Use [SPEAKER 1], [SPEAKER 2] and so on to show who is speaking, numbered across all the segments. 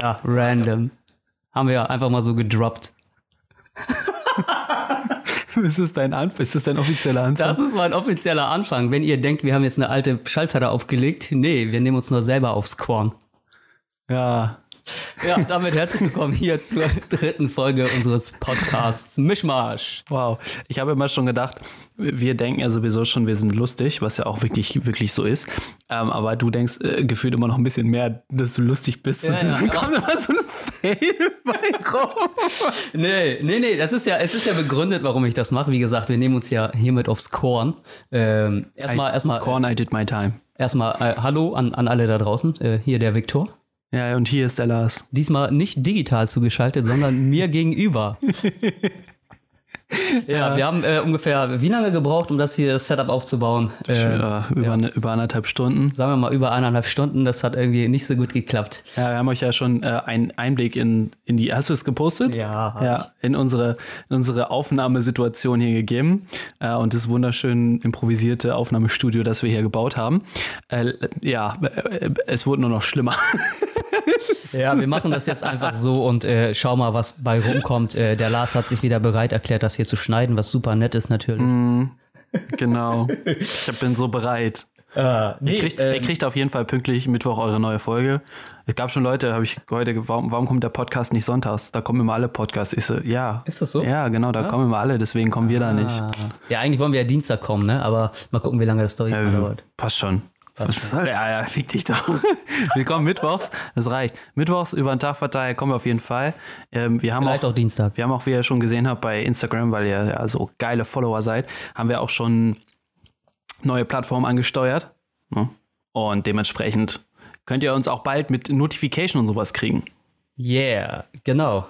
[SPEAKER 1] Ja, random. Haben wir ja einfach mal so gedroppt.
[SPEAKER 2] ist das dein Anfang? Ist das dein offizieller Anfang?
[SPEAKER 1] Das ist mein offizieller Anfang. Wenn ihr denkt, wir haben jetzt eine alte Schallplatte aufgelegt, nee, wir nehmen uns nur selber aufs Korn.
[SPEAKER 2] ja.
[SPEAKER 1] Ja, damit herzlich willkommen hier zur dritten Folge unseres Podcasts Mischmasch.
[SPEAKER 2] Wow. Ich habe immer schon gedacht, wir denken ja sowieso schon, wir sind lustig, was ja auch wirklich, wirklich so ist. Ähm, aber du denkst äh, gefühlt immer noch ein bisschen mehr, dass du lustig bist.
[SPEAKER 1] Ja,
[SPEAKER 2] und
[SPEAKER 1] ja,
[SPEAKER 2] dann
[SPEAKER 1] ja.
[SPEAKER 2] kommt immer so ein Fail bei rum.
[SPEAKER 1] Nee, nee, nee, das ist ja, es ist ja begründet, warum ich das mache. Wie gesagt, wir nehmen uns ja hiermit aufs Korn. Ähm, erstmal, erstmal,
[SPEAKER 2] Corn, I did my time.
[SPEAKER 1] erstmal, äh, hallo an, an alle da draußen. Äh, hier der Viktor.
[SPEAKER 2] Ja, und hier ist der Lars.
[SPEAKER 1] Diesmal nicht digital zugeschaltet, sondern mir gegenüber. ja, wir haben äh, ungefähr wie lange gebraucht, um das hier das Setup aufzubauen?
[SPEAKER 2] Äh,
[SPEAKER 1] Äh,
[SPEAKER 2] über, eine, über anderthalb Stunden.
[SPEAKER 1] sagen wir mal über eineinhalb Stunden. Das hat irgendwie nicht so gut geklappt.
[SPEAKER 2] Ja, wir haben euch ja schon äh, einen Einblick in, in die Hast du es gepostet.
[SPEAKER 1] Ja.
[SPEAKER 2] Ja, in unsere, in unsere Aufnahmesituation hier gegeben äh, und das wunderschön improvisierte Aufnahmestudio, das wir hier gebaut haben. Äh, ja, äh, es wurde nur noch schlimmer.
[SPEAKER 1] Ja, wir machen das jetzt einfach so und äh, schau mal, was bei rumkommt. Äh, der Lars hat sich wieder bereit erklärt, das hier zu schneiden, was super nett ist natürlich.
[SPEAKER 2] genau. Ich bin so bereit.
[SPEAKER 1] Äh, nee,
[SPEAKER 2] Kriegt,
[SPEAKER 1] äh,
[SPEAKER 2] ihr kriegt auf jeden Fall pünktlich Mittwoch eure neue Folge. Es gab schon Leute, habe ich heute, ge- warum, warum kommt der Podcast nicht sonntags? Da kommen immer alle Podcasts. Ich so, ja.
[SPEAKER 1] Ist das so?
[SPEAKER 2] Ja, genau, da kommen immer alle, deswegen kommen wir da nicht.
[SPEAKER 1] ah. ja, eigentlich wollen wir ja Dienstag kommen, ne? Aber mal gucken, wie lange das Story
[SPEAKER 2] Ähm,
[SPEAKER 1] dauert.
[SPEAKER 2] Passt schon. Was soll der? Ah, ja, fick dich doch. wir kommen mittwochs, das reicht. Mittwochs über den Tag verteilt kommen wir auf jeden Fall. Ähm, wir, haben auch,
[SPEAKER 1] Vielleicht auch Dienstag.
[SPEAKER 2] wir haben auch, wie ihr schon gesehen habt, bei Instagram, weil ihr ja so geile Follower seid, haben wir auch schon neue Plattformen angesteuert. Ne? Und dementsprechend könnt ihr uns auch bald mit Notification und sowas kriegen.
[SPEAKER 1] Yeah, genau.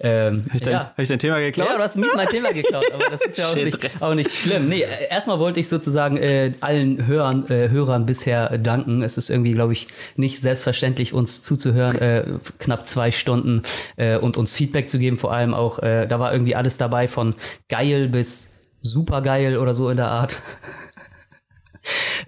[SPEAKER 1] Ähm,
[SPEAKER 2] Habe ich, dein-
[SPEAKER 1] ja.
[SPEAKER 2] hab ich dein Thema geklaut?
[SPEAKER 1] Ja, du hast mies mein Thema geklaut, aber das ist ja auch,
[SPEAKER 2] Shit.
[SPEAKER 1] nicht, auch nicht schlimm. Nee, äh, erstmal wollte ich sozusagen äh, allen Hörern, äh, Hörern bisher danken. Es ist irgendwie, glaube ich, nicht selbstverständlich, uns zuzuhören, äh, knapp zwei Stunden äh, und uns Feedback zu geben. Vor allem auch, äh, da war irgendwie alles dabei von geil bis supergeil oder so in der Art.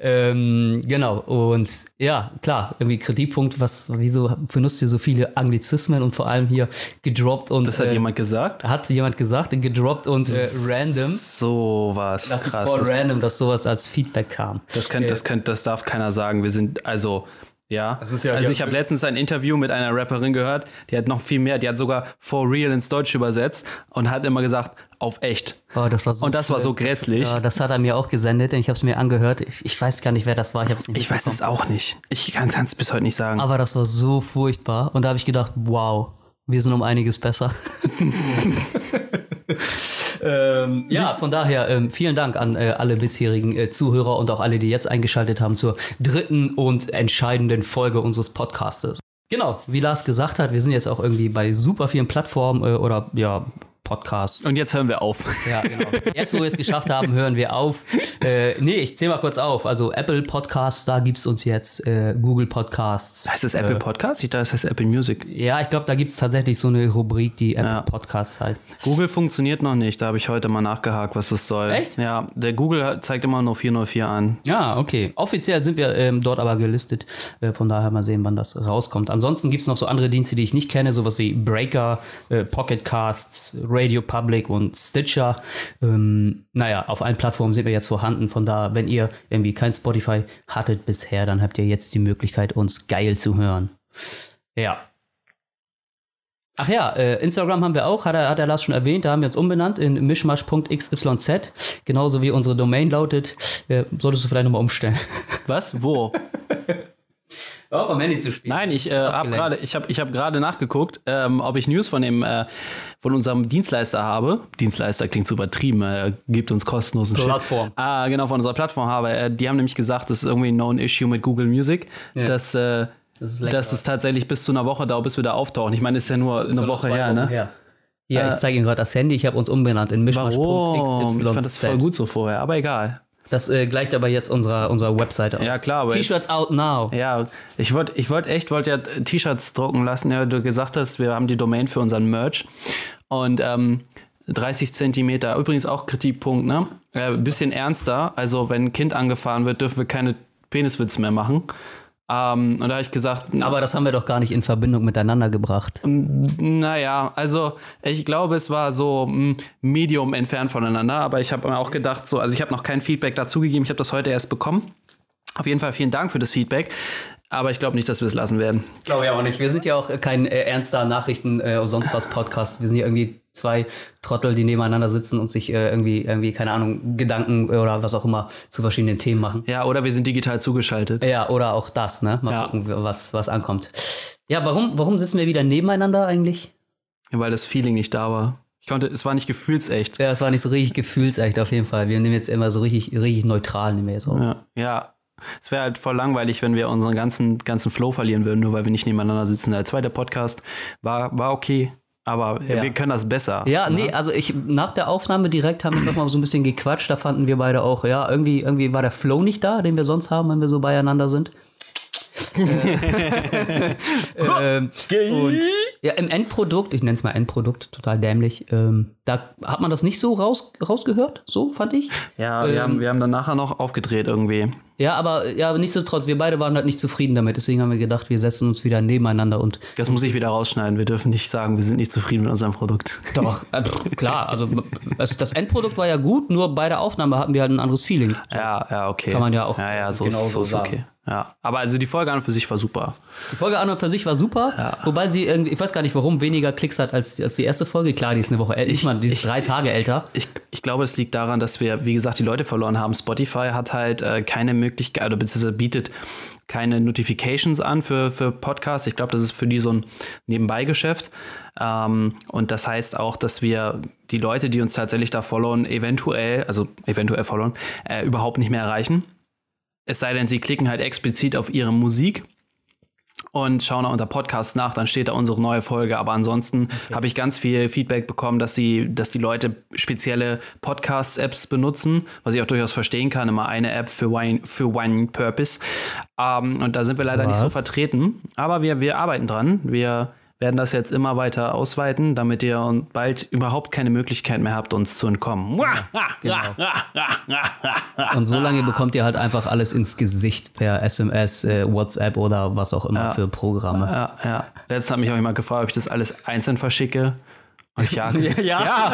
[SPEAKER 1] Ähm, genau, und ja, klar, irgendwie Kreditpunkt, was, wieso benutzt ihr so viele Anglizismen und vor allem hier gedroppt und
[SPEAKER 2] Das hat
[SPEAKER 1] äh,
[SPEAKER 2] jemand gesagt?
[SPEAKER 1] hat jemand gesagt, gedroppt und äh, random.
[SPEAKER 2] So was
[SPEAKER 1] Das ist
[SPEAKER 2] krasses.
[SPEAKER 1] voll random, dass sowas als Feedback kam.
[SPEAKER 2] Das kann, das kann, das darf keiner sagen. Wir sind also ja.
[SPEAKER 1] ist ja-
[SPEAKER 2] also
[SPEAKER 1] ja-
[SPEAKER 2] ich habe letztens ein Interview mit einer Rapperin gehört, die hat noch viel mehr, die hat sogar for real ins Deutsch übersetzt und hat immer gesagt auf echt.
[SPEAKER 1] Oh, das war so
[SPEAKER 2] Und das war so grässlich.
[SPEAKER 1] Ja, das hat er mir auch gesendet, denn ich habe es mir angehört. Ich, ich weiß gar nicht, wer das war. Ich habe es nicht
[SPEAKER 2] Ich weiß es auch nicht. Ich kann es bis heute nicht sagen.
[SPEAKER 1] Aber das war so furchtbar. Und da habe ich gedacht, wow, wir sind um einiges besser. ja, von daher ähm, vielen Dank an äh, alle bisherigen äh, Zuhörer und auch alle, die jetzt eingeschaltet haben zur dritten und entscheidenden Folge unseres Podcastes. Genau, wie Lars gesagt hat, wir sind jetzt auch irgendwie bei super vielen Plattformen äh, oder ja, Podcasts.
[SPEAKER 2] Und jetzt hören wir auf.
[SPEAKER 1] Ja, genau. Jetzt, wo wir es geschafft haben, hören wir auf. Äh, nee, ich zähle mal kurz auf. Also Apple Podcasts, da gibt es uns jetzt. Äh, Google Podcasts.
[SPEAKER 2] Heißt das Apple Podcast? Ich dachte, das heißt Apple Music.
[SPEAKER 1] Ja, ich glaube, da gibt es tatsächlich so eine Rubrik, die Apple Podcasts heißt.
[SPEAKER 2] Google funktioniert noch nicht. Da habe ich heute mal nachgehakt, was das soll.
[SPEAKER 1] Echt?
[SPEAKER 2] Ja, der Google zeigt immer nur 404 an.
[SPEAKER 1] Ja, okay. Offiziell sind wir ähm, dort aber gelistet. Äh, von daher mal sehen, wann das rauskommt. Ansonsten gibt es noch so andere Dienste, die ich nicht kenne, sowas wie Breaker, äh, Pocket Casts, Radio Public und Stitcher. Ähm, naja, auf allen Plattformen sind wir jetzt vorhanden. Von daher, wenn ihr irgendwie kein Spotify hattet bisher, dann habt ihr jetzt die Möglichkeit, uns geil zu hören. Ja. Ach ja, äh, Instagram haben wir auch, hat er, hat er Lars schon erwähnt, da haben wir uns umbenannt in mischmasch.xyz, genauso wie unsere Domain lautet. Äh, solltest du vielleicht nochmal umstellen.
[SPEAKER 2] Was? Wo?
[SPEAKER 1] Auf am Handy zu spielen.
[SPEAKER 2] Nein, ich äh, habe
[SPEAKER 1] abgelenkt.
[SPEAKER 2] gerade ich hab, ich hab gerade nachgeguckt, ähm, ob ich News von, dem, äh, von unserem Dienstleister habe. Dienstleister klingt zu übertrieben, äh, gibt uns kostenlosen
[SPEAKER 1] Plattform.
[SPEAKER 2] Shit. Ah, genau, von unserer Plattform habe. Äh, die haben nämlich gesagt, das ist irgendwie ein Known-Issue mit Google Music, dass, äh,
[SPEAKER 1] Das ist lecker.
[SPEAKER 2] dass es tatsächlich bis zu einer Woche dauert, bis wir da auftauchen. Ich meine, ist ja nur eine Woche
[SPEAKER 1] Zwei
[SPEAKER 2] her,
[SPEAKER 1] Wochen
[SPEAKER 2] ne?
[SPEAKER 1] her. Ja, ich zeige Ihnen gerade das Handy, ich habe uns umbenannt in
[SPEAKER 2] Oh, ich
[SPEAKER 1] mischmasch.xyz.
[SPEAKER 2] fand das voll gut so vorher, aber egal.
[SPEAKER 1] Das äh, gleicht aber jetzt unserer, unserer Webseite aus.
[SPEAKER 2] Ja, klar, aber
[SPEAKER 1] T-Shirts out now.
[SPEAKER 2] Ja, ich wollte ich wollt echt, wollte ja T-Shirts drucken lassen, ja, du gesagt hast, wir haben die Domain für unseren Merch. Und ähm, 30 Zentimeter, übrigens auch Kritikpunkt, ne? Äh, bisschen ernster, also wenn ein Kind angefahren wird, dürfen wir keine Peniswitze mehr machen. Ähm, und da habe ich gesagt,
[SPEAKER 1] Aber das haben wir doch gar nicht in Verbindung miteinander gebracht.
[SPEAKER 2] Naja, also ich glaube, es war so mm, medium entfernt voneinander, aber ich habe mir auch gedacht, so, also ich habe noch kein Feedback dazu gegeben, ich habe das heute erst bekommen. Auf jeden Fall vielen Dank für das Feedback, aber ich glaube nicht, dass wir es lassen werden.
[SPEAKER 1] Glaube ja auch nicht. Wir sind ja auch äh, kein äh, ernster Nachrichten äh, oder sonst was Podcast. Wir sind ja irgendwie zwei Trottel, die nebeneinander sitzen und sich äh, irgendwie irgendwie keine Ahnung Gedanken äh, oder was auch immer zu verschiedenen Themen machen.
[SPEAKER 2] Ja, oder wir sind digital zugeschaltet.
[SPEAKER 1] Ja, oder auch das, ne? Mal
[SPEAKER 2] Ja.
[SPEAKER 1] gucken, was was ankommt. Ja, warum warum sitzen wir wieder nebeneinander eigentlich?
[SPEAKER 2] Weil das Feeling nicht da war. Ich konnte, es war nicht gefühlsecht.
[SPEAKER 1] Ja, das war nicht so richtig gefühlsecht auf jeden Fall. Wir nehmen jetzt immer so richtig richtig neutral nehmen wir jetzt auf.
[SPEAKER 2] Ja. ja. Es wäre halt voll langweilig, wenn wir unseren ganzen, ganzen Flow verlieren würden, nur weil wir nicht nebeneinander sitzen. Der zweite Podcast war, war okay, aber äh,
[SPEAKER 1] Ja.
[SPEAKER 2] wir können das besser. ne?
[SPEAKER 1] Ja, nee, also ich nach der Aufnahme direkt haben wir noch mal so ein bisschen gequatscht. Da fanden wir beide auch, ja, irgendwie, irgendwie war der Flow nicht da, den wir sonst haben, wenn wir so beieinander sind. Äh, ähm, und ja, im Endprodukt, ich nenne es mal Endprodukt, total dämlich, ähm, da hat man das nicht so raus, rausgehört, so fand ich.
[SPEAKER 2] Ja,
[SPEAKER 1] ähm,
[SPEAKER 2] wir, haben, wir haben dann nachher noch aufgedreht irgendwie.
[SPEAKER 1] Ja, aber ja, aber nichtsdestotrotz, wir beide waren halt nicht zufrieden damit. Deswegen haben wir gedacht, wir setzen uns wieder nebeneinander und
[SPEAKER 2] Das muss ich wieder rausschneiden. Wir dürfen nicht sagen, wir sind nicht zufrieden mit unserem Produkt.
[SPEAKER 1] doch, äh, pff, klar, also, also das Endprodukt war ja gut, nur bei der Aufnahme hatten wir halt ein anderes Feeling.
[SPEAKER 2] Ja, ja, okay.
[SPEAKER 1] Kann man ja auch
[SPEAKER 2] Ja, ja, so
[SPEAKER 1] genauso
[SPEAKER 2] ist, so ist
[SPEAKER 1] sagen.
[SPEAKER 2] okay. Ja. Aber also die Folge an und für sich war super.
[SPEAKER 1] Die Folge an und für sich war super, wobei sie irgendwie, ich weiß gar nicht warum, weniger Klicks hat als, als die erste Folge. Klar, die ist eine Woche älter, ich meine, die ist drei Tage älter.
[SPEAKER 2] Ich, ich glaube, es liegt daran, dass wir, wie gesagt, die Leute verloren haben. Spotify hat halt äh, keine Möglichkeit, oder beziehungsweise bietet keine Notifications an für, für Podcasts. Ich glaube, das ist für die so ein Nebenbeigeschäft. Ähm, und das heißt auch, dass wir die Leute, die uns tatsächlich da followen, eventuell, also eventuell followen, äh, überhaupt nicht mehr erreichen. Es sei denn, sie klicken halt explizit auf ihre Musik und schauen da unter Podcast nach, dann steht da unsere neue Folge. Aber ansonsten habe ich ganz viel Feedback bekommen, dass sie, dass die Leute spezielle Podcast-Apps benutzen, was ich auch durchaus verstehen kann. Immer eine App für Wine, für Wine Purpose. Ähm, und da sind wir leider nicht so
[SPEAKER 1] Was?
[SPEAKER 2] vertreten. Aber wir, wir arbeiten dran. Wir werden das jetzt immer weiter ausweiten, damit ihr bald überhaupt keine Möglichkeit mehr habt, uns zu entkommen.
[SPEAKER 1] Genau. Und so lange bekommt ihr halt einfach alles ins Gesicht per SMS, äh, WhatsApp oder was auch immer für Programme.
[SPEAKER 2] Ja, ja. Letztens hat mich auch jemand gefragt, ob ich das alles einzeln verschicke. Und ich ja, gesagt,
[SPEAKER 1] ja.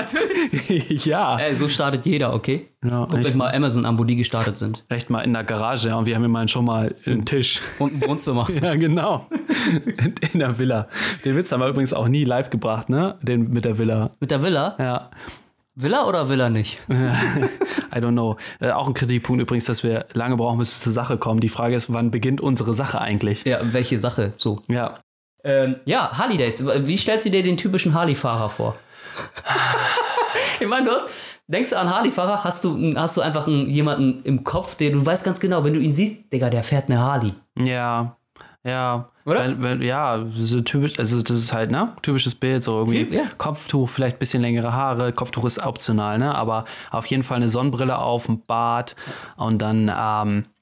[SPEAKER 2] ja.
[SPEAKER 1] Ey, so startet jeder, okay?
[SPEAKER 2] Ja,
[SPEAKER 1] Guckt
[SPEAKER 2] echt.
[SPEAKER 1] euch mal Amazon an, wo die gestartet sind.
[SPEAKER 2] Vielleicht mal in der Garage, ja. Und wir haben immerhin schon mal einen Tisch.
[SPEAKER 1] Und ein Wohnzimmer.
[SPEAKER 2] Ja, genau. In der Villa. Den Witz haben wir übrigens auch nie live gebracht, ne? Den mit der Villa.
[SPEAKER 1] Mit der Villa?
[SPEAKER 2] Ja.
[SPEAKER 1] Villa oder Villa nicht?
[SPEAKER 2] I don't know. Äh, auch ein Kritikpunkt übrigens, dass wir lange brauchen, bis wir zur Sache kommen. Die Frage ist, wann beginnt unsere Sache eigentlich?
[SPEAKER 1] Ja, welche Sache? So.
[SPEAKER 2] Ja.
[SPEAKER 1] Ähm, ja, Harley-Days. Wie stellst du dir den typischen Harley-Fahrer vor? ich meine, du hast, denkst du an Harley-Fahrer, hast du, hast du einfach einen, jemanden im Kopf, der du weißt ganz genau, wenn du ihn siehst, Digga, der fährt eine Harley.
[SPEAKER 2] Ja. Ja.
[SPEAKER 1] Oder?
[SPEAKER 2] Wenn, wenn, ja, so typisch, also das ist halt, ne? Typisches Bild, so irgendwie
[SPEAKER 1] Typ, ja.
[SPEAKER 2] Kopftuch, vielleicht ein bisschen längere Haare. Kopftuch ist optional, ne? Aber auf jeden Fall eine Sonnenbrille auf, ein Bart und dann, ähm,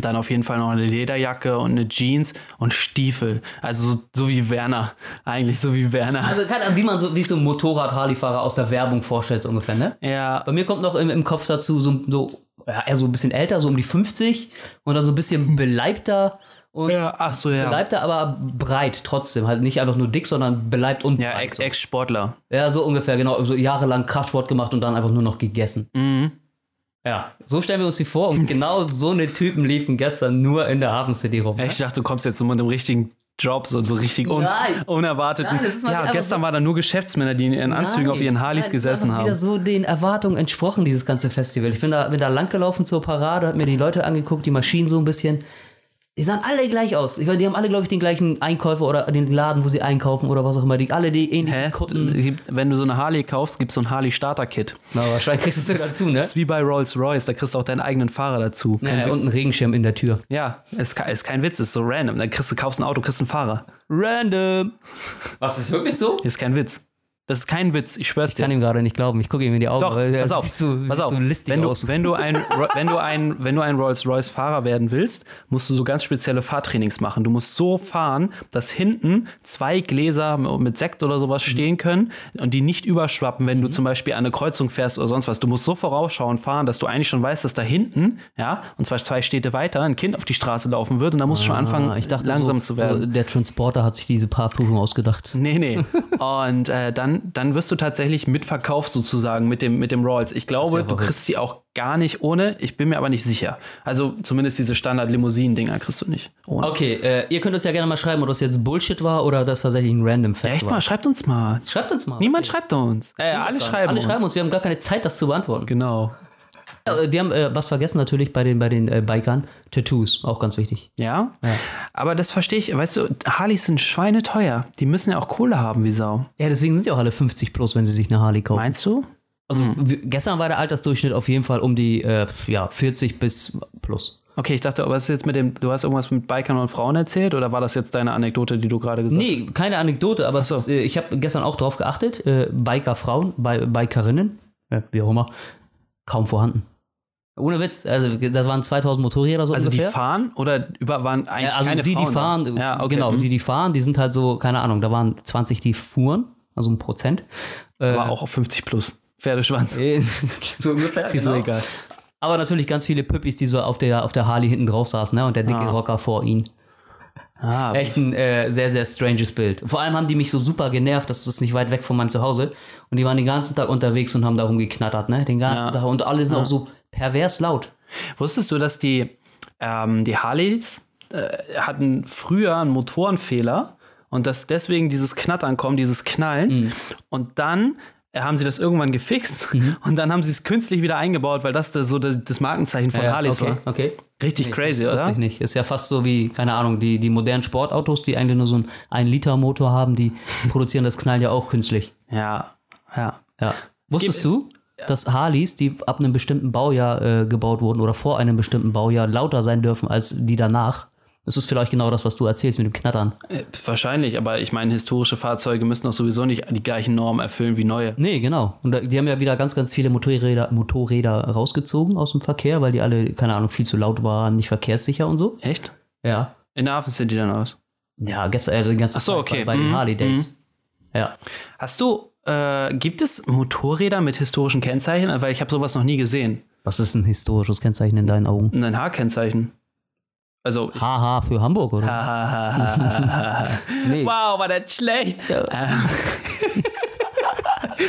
[SPEAKER 2] dann auf jeden Fall noch eine Lederjacke und eine Jeans und Stiefel. Also so, so wie Werner. Eigentlich so wie Werner.
[SPEAKER 1] Also, keine Ahnung, wie man so, wie so ein Motorrad-Harley-Fahrer aus der Werbung vorstellt, so ungefähr, ne?
[SPEAKER 2] Ja,
[SPEAKER 1] Bei mir kommt noch im, im Kopf dazu, so, so, ja, eher so ein bisschen älter, so um die 50 und dann so ein bisschen beleibter und
[SPEAKER 2] Hm. ja, ach so, ja.
[SPEAKER 1] beleibter, aber breit trotzdem. Halt nicht einfach nur dick, sondern beleibt und
[SPEAKER 2] Ja,
[SPEAKER 1] breit.
[SPEAKER 2] Ex- Ex-Sportler.
[SPEAKER 1] Ja, so ungefähr, genau. So jahrelang Kraftsport gemacht und dann einfach nur noch gegessen.
[SPEAKER 2] Mhm.
[SPEAKER 1] Ja, so stellen wir uns die vor. Und genau so eine Typen liefen gestern nur in der Hafen City rum.
[SPEAKER 2] Ich dachte, du kommst jetzt so mit einem richtigen Job, so, so richtig un
[SPEAKER 1] Nein.
[SPEAKER 2] unerwarteten.
[SPEAKER 1] Nein, das ist mal
[SPEAKER 2] ja,
[SPEAKER 1] einfach
[SPEAKER 2] gestern waren da nur Geschäftsmänner, die in ihren Anzügen auf ihren Harleys
[SPEAKER 1] nein, das ist
[SPEAKER 2] gesessen
[SPEAKER 1] einfach
[SPEAKER 2] haben.
[SPEAKER 1] wieder so den Erwartungen entsprochen, dieses ganze Festival. Ich bin da, bin da langgelaufen zur Parade, hab mir die Leute angeguckt, die Maschinen so ein bisschen. Die sahen alle gleich aus. Ich meine, die haben alle, glaube ich, den gleichen Einkäufer oder den Laden, wo sie einkaufen oder was auch immer. Die, alle die ähnlichen
[SPEAKER 2] Hä?
[SPEAKER 1] Kutten.
[SPEAKER 2] Gibt- Wenn du so eine Harley kaufst, gibt es so ein Harley Starter Kit.
[SPEAKER 1] Na, wahrscheinlich kriegst du es dazu, ne?
[SPEAKER 2] Das ist wie bei Rolls Royce, da kriegst du auch deinen eigenen Fahrer dazu. Kein
[SPEAKER 1] Ja,
[SPEAKER 2] Wi-
[SPEAKER 1] und einen Regenschirm in der Tür.
[SPEAKER 2] ja, ist, ke- ist kein Witz, ist so random. Dann kriegst du, kaufst ein Auto, kriegst einen Fahrer.
[SPEAKER 1] Random. Was ist wirklich so?
[SPEAKER 2] Ist kein Witz. Das ist kein Witz, ich schwör's
[SPEAKER 1] Ich kann
[SPEAKER 2] dir.
[SPEAKER 1] ihm gerade nicht glauben. Ich gucke ihm in die Augen.
[SPEAKER 2] Doch,
[SPEAKER 1] weil er
[SPEAKER 2] pass auf,
[SPEAKER 1] sieht so,
[SPEAKER 2] pass
[SPEAKER 1] sieht
[SPEAKER 2] auf.
[SPEAKER 1] so listig
[SPEAKER 2] wenn, du,
[SPEAKER 1] aus.
[SPEAKER 2] wenn, du ein, Ro- wenn, du ein, wenn du ein Rolls-Royce-Fahrer werden willst, musst du so ganz spezielle Fahrtrainings machen. Du musst so fahren, dass hinten zwei Gläser mit Sekt oder sowas
[SPEAKER 1] Mhm.
[SPEAKER 2] stehen können und die nicht überschwappen, wenn du zum Beispiel an eine Kreuzung fährst oder sonst was. Du musst so vorausschauend fahren, dass du eigentlich schon weißt, dass da hinten, ja, und zwar zwei Städte weiter, ein Kind auf die Straße laufen wird und da musst du schon anfangen,
[SPEAKER 1] Ah, ich dachte,
[SPEAKER 2] langsam
[SPEAKER 1] so,
[SPEAKER 2] zu werden.
[SPEAKER 1] So, der Transporter hat sich diese Paarprüfung ausgedacht.
[SPEAKER 2] Nee, nee. Und äh, dann, dann wirst du tatsächlich mitverkauft sozusagen mit dem, mit dem Rolls. Ich glaube,
[SPEAKER 1] ja
[SPEAKER 2] du
[SPEAKER 1] verrückt.
[SPEAKER 2] kriegst sie auch gar nicht ohne. Ich bin mir aber nicht sicher. Also zumindest diese Standard-Limousinen-Dinger kriegst du nicht ohne.
[SPEAKER 1] Okay, äh, ihr könnt uns ja gerne mal schreiben, ob das jetzt Bullshit war oder das tatsächlich ein random Fact
[SPEAKER 2] Echt
[SPEAKER 1] war.
[SPEAKER 2] mal, schreibt uns mal.
[SPEAKER 1] Schreibt uns mal.
[SPEAKER 2] Niemand schreibt uns. Äh,
[SPEAKER 1] Stimmt
[SPEAKER 2] alle
[SPEAKER 1] doch gar nicht.
[SPEAKER 2] schreiben
[SPEAKER 1] Alle
[SPEAKER 2] uns.
[SPEAKER 1] schreiben uns. Wir haben gar keine Zeit, das zu beantworten.
[SPEAKER 2] Genau.
[SPEAKER 1] Ja, äh, wir haben äh, was vergessen natürlich bei den, bei den äh, Bikern. Tattoos, auch ganz wichtig.
[SPEAKER 2] Ja? Aber das verstehe ich. Weißt du, Harleys sind schweineteuer. Die müssen ja auch Kohle haben wie Sau.
[SPEAKER 1] Ja, deswegen sind sie auch alle 50 plus, wenn sie sich eine Harley kaufen.
[SPEAKER 2] Meinst du?
[SPEAKER 1] Also wir- gestern war der Altersdurchschnitt auf jeden Fall um die äh, ja, 40 bis plus.
[SPEAKER 2] Okay, ich dachte, aber was ist jetzt mit dem, du hast irgendwas mit Bikern und Frauen erzählt oder war das jetzt deine Anekdote, die du gerade gesagt hast?
[SPEAKER 1] Nee, keine Anekdote, aber es, ist, äh, ich habe gestern auch drauf geachtet. Äh, Bikerfrauen, Bi Bikerinnen, äh, wie auch immer, kaum vorhanden. Ohne Witz, also das waren 2000 Motorräder so
[SPEAKER 2] Also
[SPEAKER 1] ungefähr.
[SPEAKER 2] die fahren oder über waren
[SPEAKER 1] Ja,
[SPEAKER 2] eigentlich
[SPEAKER 1] also
[SPEAKER 2] keine
[SPEAKER 1] die,
[SPEAKER 2] Frauen
[SPEAKER 1] die
[SPEAKER 2] da?
[SPEAKER 1] fahren,
[SPEAKER 2] Ja, okay.
[SPEAKER 1] genau,
[SPEAKER 2] mhm.
[SPEAKER 1] die, die fahren, die sind halt so, keine Ahnung, da waren 20, die fuhren, also ein Prozent. Äh,
[SPEAKER 2] aber auch auf 50 plus. Pferdeschwanz.
[SPEAKER 1] so ungefähr.
[SPEAKER 2] Ist mir egal.
[SPEAKER 1] Aber natürlich ganz viele Püppis, die so auf der, auf der Harley hinten drauf saßen, ne? Und der dicke Rocker vor ihnen.
[SPEAKER 2] Ah,
[SPEAKER 1] Echt ein äh, sehr, sehr stranges Bild. Vor allem haben die mich so super genervt, das ist nicht weit weg von meinem Zuhause. Und die waren den ganzen Tag unterwegs und haben da rumgeknattert, ne? Den ganzen Tag. Und alle sind auch so pervers laut.
[SPEAKER 2] Wusstest du, dass die, ähm, die Harleys äh, hatten früher einen Motorenfehler und dass deswegen dieses Knattern kommt, dieses Knallen.
[SPEAKER 1] Mhm.
[SPEAKER 2] Und dann äh, haben sie das irgendwann gefixt
[SPEAKER 1] Mhm.
[SPEAKER 2] und dann haben sie es künstlich wieder eingebaut, weil das, das so das, das Markenzeichen von Harleys
[SPEAKER 1] okay,
[SPEAKER 2] war.
[SPEAKER 1] okay.
[SPEAKER 2] Richtig crazy,
[SPEAKER 1] Weiß
[SPEAKER 2] oder?
[SPEAKER 1] ich nicht. Ist ja fast so wie, keine Ahnung, die, die modernen Sportautos, die eigentlich nur so einen 1-Liter-Motor haben, die produzieren das Knall ja auch künstlich.
[SPEAKER 2] Ja, ja.
[SPEAKER 1] Ja. Wusstest du, dass Harleys, die ab einem bestimmten Baujahr äh, gebaut wurden oder vor einem bestimmten Baujahr lauter sein dürfen als die danach? Das ist vielleicht genau das, was du erzählst mit dem Knattern.
[SPEAKER 2] Äh, Wahrscheinlich, aber ich meine, historische Fahrzeuge müssen doch sowieso nicht die gleichen Normen erfüllen wie neue.
[SPEAKER 1] Nee, genau. Und da- die haben ja wieder ganz, ganz viele Motorräder, Motorräder rausgezogen aus dem Verkehr, weil die alle, keine Ahnung, viel zu laut waren, nicht verkehrssicher und so.
[SPEAKER 2] Echt?
[SPEAKER 1] Ja.
[SPEAKER 2] In der Hafen City dann aus.
[SPEAKER 1] Ja, gestern, äh, den ganzen
[SPEAKER 2] so, okay.
[SPEAKER 1] bei, bei den
[SPEAKER 2] Mhm,
[SPEAKER 1] Harley Days. Ja.
[SPEAKER 2] Hast du, äh, gibt es Motorräder mit historischen Kennzeichen? Weil ich habe sowas noch nie gesehen.
[SPEAKER 1] Was ist ein historisches Kennzeichen in deinen Augen?
[SPEAKER 2] Ein H-Kennzeichen. Also, ich,
[SPEAKER 1] Haha, für Hamburg, oder? Nee.
[SPEAKER 2] wow, war das schlecht. Ähm.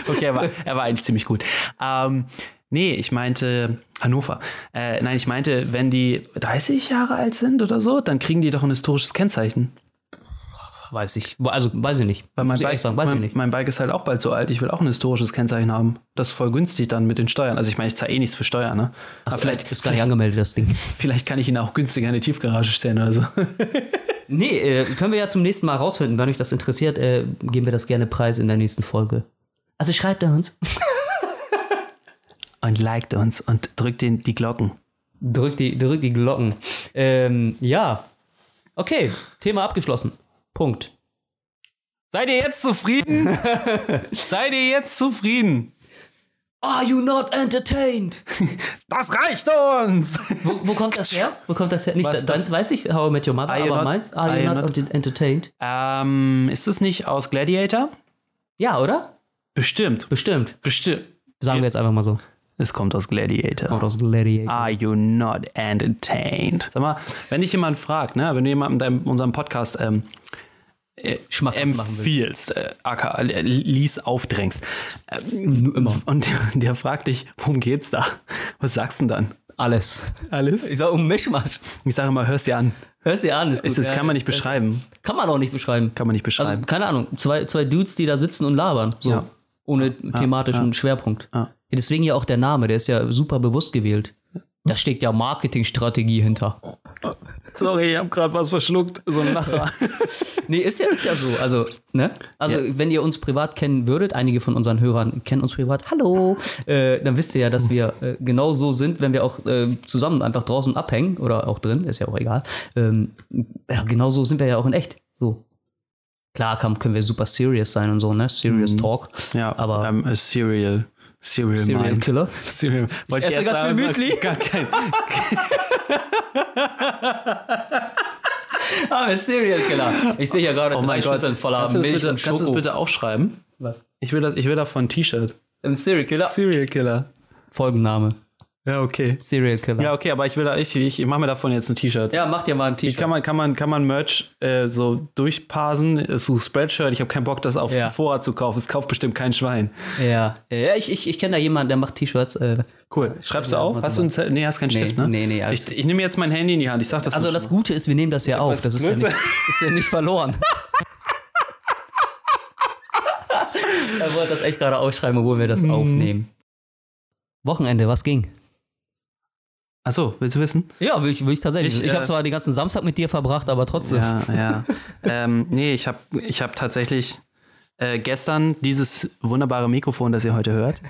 [SPEAKER 2] okay, er war, er war eigentlich ziemlich gut. Ähm, nee, ich meinte Hannover. Äh, nein, ich meinte, wenn die 30 Jahre alt sind oder so, dann kriegen die doch ein historisches Kennzeichen.
[SPEAKER 1] Weiß ich. Also, weiß ich nicht.
[SPEAKER 2] Weil mein,
[SPEAKER 1] Muss ich ehrlich
[SPEAKER 2] Bike,
[SPEAKER 1] sagen, weiß
[SPEAKER 2] mein,
[SPEAKER 1] ich nicht.
[SPEAKER 2] mein Bike ist halt auch bald so alt. Ich will auch ein historisches Kennzeichen haben. Das ist voll günstig dann mit den Steuern. Also ich meine, ich zahle eh nichts für Steuern, ne? Aber vielleicht,
[SPEAKER 1] ist gar nicht angemeldet, das Ding.
[SPEAKER 2] vielleicht kann ich ihn auch günstiger in die Tiefgarage stellen oder so.
[SPEAKER 1] Nee, äh, können wir ja zum nächsten Mal rausfinden. Wenn euch das interessiert, äh, geben wir das gerne preis in der nächsten Folge. Also schreibt er uns.
[SPEAKER 2] Und liked uns und drückt den, die Glocken.
[SPEAKER 1] Drückt die, drückt die Glocken. Ähm, ja. Okay, Thema abgeschlossen. Punkt.
[SPEAKER 2] Seid ihr jetzt zufrieden? Seid ihr jetzt zufrieden?
[SPEAKER 1] Are you not entertained?
[SPEAKER 2] Das reicht uns!
[SPEAKER 1] Wo, wo kommt das her? Wo kommt das her? Nicht,
[SPEAKER 2] Was,
[SPEAKER 1] das,
[SPEAKER 2] das-
[SPEAKER 1] weiß ich, How I Met Your Mother,
[SPEAKER 2] Are you
[SPEAKER 1] aber
[SPEAKER 2] not-
[SPEAKER 1] meins? Are,
[SPEAKER 2] are
[SPEAKER 1] you
[SPEAKER 2] you
[SPEAKER 1] not, entertained?
[SPEAKER 2] ähm, ist das nicht aus Gladiator?
[SPEAKER 1] Ja, oder?
[SPEAKER 2] Bestimmt.
[SPEAKER 1] Bestimmt.
[SPEAKER 2] Bestimmt.
[SPEAKER 1] Sagen wir jetzt einfach mal so.
[SPEAKER 2] Es kommt aus Gladiator.
[SPEAKER 1] Kommt aus Gladiator.
[SPEAKER 2] Are you not entertained? Sag mal, wenn dich jemand fragt, ne, wenn du jemandem deinem, unserem Podcast ähm, äh,
[SPEAKER 1] Schmackhaft machen willst.
[SPEAKER 2] empfiehlst, äh, aka, äh, lies aufdrängst, ähm, immer. und der fragt dich, worum geht's da? Was sagst du denn
[SPEAKER 1] Alles.
[SPEAKER 2] dann? Alles?
[SPEAKER 1] Ich sag um Mischmasch.
[SPEAKER 2] Ich sage immer, hör's dir an.
[SPEAKER 1] Hörst dir an. Ist gut,
[SPEAKER 2] Das
[SPEAKER 1] ja.
[SPEAKER 2] kann man nicht beschreiben.
[SPEAKER 1] kann man auch nicht beschreiben.
[SPEAKER 2] Kann man nicht
[SPEAKER 1] Also,
[SPEAKER 2] beschreiben.
[SPEAKER 1] keine Ahnung, zwei, zwei Dudes, die da sitzen und labern. So.
[SPEAKER 2] Ja.
[SPEAKER 1] Ohne thematischen Schwerpunkt.
[SPEAKER 2] Ja.
[SPEAKER 1] Deswegen ja auch der Name, der ist ja super bewusst gewählt. Da steckt ja Marketingstrategie hinter.
[SPEAKER 2] Sorry, ich habe gerade was verschluckt. So ein Lacher.
[SPEAKER 1] Nee, ist ja, ist ja so. Also, ne? Also, wenn ihr uns privat kennen würdet, einige von unseren Hörern kennen uns privat, hallo, äh, dann wisst ihr ja, dass wir äh, genau so sind, wenn wir auch äh, zusammen einfach draußen abhängen oder auch drin, ist ja auch egal. Ähm, ja, genau so sind wir ja auch in echt. So. Klar kann, können wir super serious sein und so, ne? Serious
[SPEAKER 2] Mhm.
[SPEAKER 1] Talk.
[SPEAKER 2] Ja,
[SPEAKER 1] aber-
[SPEAKER 2] ähm, a Serial. Serial,
[SPEAKER 1] Serial
[SPEAKER 2] Mind.
[SPEAKER 1] Killer.
[SPEAKER 2] Serial. Wollte
[SPEAKER 1] esse
[SPEAKER 2] erst
[SPEAKER 1] grad
[SPEAKER 2] sagen,
[SPEAKER 1] viel
[SPEAKER 2] es war
[SPEAKER 1] Müsli.
[SPEAKER 2] Gar kein,
[SPEAKER 1] Ah, wir Serial Killer. Ich sehe ja gerade drei Schüsseln voller
[SPEAKER 2] Kannst du das
[SPEAKER 1] Milch
[SPEAKER 2] bitte,
[SPEAKER 1] und
[SPEAKER 2] Kannst
[SPEAKER 1] Schoko.
[SPEAKER 2] du das bitte aufschreiben?
[SPEAKER 1] Was?
[SPEAKER 2] Ich will, das, ich will davon ein T-Shirt.
[SPEAKER 1] Im Serial Killer.
[SPEAKER 2] Serial Killer.
[SPEAKER 1] Folgenname.
[SPEAKER 2] Ja, okay.
[SPEAKER 1] Serial Killer.
[SPEAKER 2] Ja, okay, aber ich will da, ich, ich mache mir davon jetzt ein T-Shirt.
[SPEAKER 1] Ja, mach dir mal ein
[SPEAKER 2] Ich
[SPEAKER 1] T-Shirt.
[SPEAKER 2] Kann man, kann man, kann man Merch äh, so durchparsen, ist so Spreadshirt. Ich habe keinen Bock, das auf
[SPEAKER 1] Ja.
[SPEAKER 2] Vorrat zu kaufen. Es kauft bestimmt kein Schwein.
[SPEAKER 1] Ja. ja, ich, ich, ich kenne da jemanden, der macht T-Shirts. Äh,
[SPEAKER 2] Cool. Schreibst du
[SPEAKER 1] Ja,
[SPEAKER 2] auf?
[SPEAKER 1] warte
[SPEAKER 2] Hast du einen Zettel? Nee, hast keinen Stift, ne?
[SPEAKER 1] nee, nee, alles-
[SPEAKER 2] Ich, ich nehme jetzt mein Handy in die Hand. Ich sag das
[SPEAKER 1] Also
[SPEAKER 2] nicht
[SPEAKER 1] das Gute ist, wir nehmen das ja auf. Das ist ja, nicht,
[SPEAKER 2] Blödsinn.
[SPEAKER 1] ist ja nicht verloren. er wollte das echt gerade aufschreiben, obwohl wir das aufnehmen. Wochenende, was ging?
[SPEAKER 2] Achso, willst du wissen?
[SPEAKER 1] Ja, will ich, will ich tatsächlich. Ich,
[SPEAKER 2] Ich,
[SPEAKER 1] hab
[SPEAKER 2] äh,
[SPEAKER 1] habe zwar den ganzen Samstag mit dir verbracht, aber trotzdem.
[SPEAKER 2] Ja, ja. ähm, nee, ich habe ich hab tatsächlich äh, gestern dieses wunderbare Mikrofon, das ihr heute hört,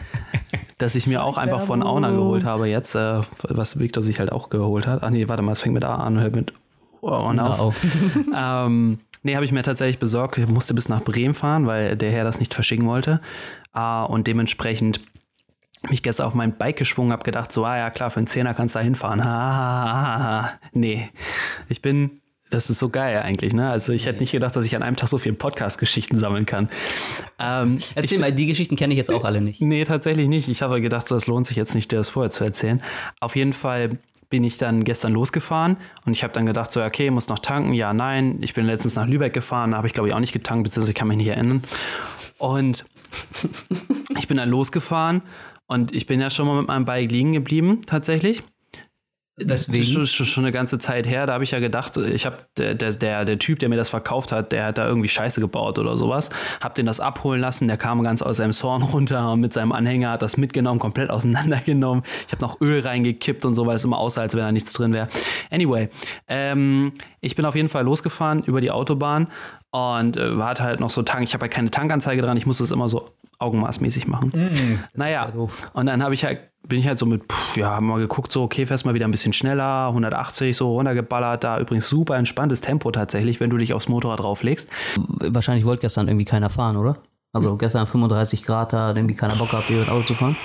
[SPEAKER 2] das ich mir auch einfach von Auna geholt habe jetzt, äh, was Victor sich halt auch geholt hat. Ach nee, warte mal, es fängt mit A an, hört mit Auna
[SPEAKER 1] Na,
[SPEAKER 2] auf.
[SPEAKER 1] auf.
[SPEAKER 2] Ähm, nee, habe ich mir tatsächlich besorgt. Ich musste bis nach Bremen fahren, weil der Herr das nicht verschicken wollte. Ah, und dementsprechend mich gestern auf mein Bike geschwungen, habe gedacht, so, ah ja, klar, für einen Zehner kannst du da hinfahren. Ah, ah, ah, ah. nee, ich bin, das ist so geil eigentlich, ne? Also ich hätte nicht gedacht, dass ich an einem Tag so viele Podcast-Geschichten sammeln kann. Ähm,
[SPEAKER 1] Erzähl mal, die Geschichten kenne ich jetzt auch alle nicht.
[SPEAKER 2] Nee, tatsächlich nicht. Ich habe gedacht, so, das lohnt sich jetzt nicht, dir das vorher zu erzählen. Auf jeden Fall bin ich dann gestern losgefahren und ich habe dann gedacht, so, okay, muss noch tanken, ja, nein. Ich bin letztens nach Lübeck gefahren, da habe ich, glaube ich, auch nicht getankt, beziehungsweise ich kann mich nicht erinnern. Und ich bin dann losgefahren und ich bin ja schon mal mit meinem Bike liegen geblieben, tatsächlich. Das ist
[SPEAKER 1] Deswegen.
[SPEAKER 2] schon, schon, schon eine ganze Zeit her. Da habe ich ja gedacht, ich habe der, der, der, der Typ, der mir das verkauft hat, der hat da irgendwie Scheiße gebaut oder sowas. Hab den das abholen lassen. Der kam ganz aus seinem Zorn runter und mit seinem Anhänger hat das mitgenommen, komplett auseinandergenommen. Ich habe noch Öl reingekippt und so, weil es immer aussah, als wenn da nichts drin wäre. Anyway, ähm, ich bin auf jeden Fall losgefahren über die Autobahn und äh, hatte halt noch so Tank. Ich habe halt keine Tankanzeige dran. Ich musste es immer so augenmaßmäßig machen. Naja,
[SPEAKER 1] doof.
[SPEAKER 2] und dann habe ich halt, bin ich halt so mit, pff, ja, haben wir geguckt, so, okay, fährst mal wieder ein bisschen schneller, 180 so runtergeballert, da übrigens super entspanntes Tempo tatsächlich, wenn du dich aufs Motorrad drauflegst.
[SPEAKER 1] Wahrscheinlich wollte gestern irgendwie keiner fahren, oder? Also gestern 35 Grad, da hat irgendwie keiner Bock gehabt, hier mit Auto zu fahren.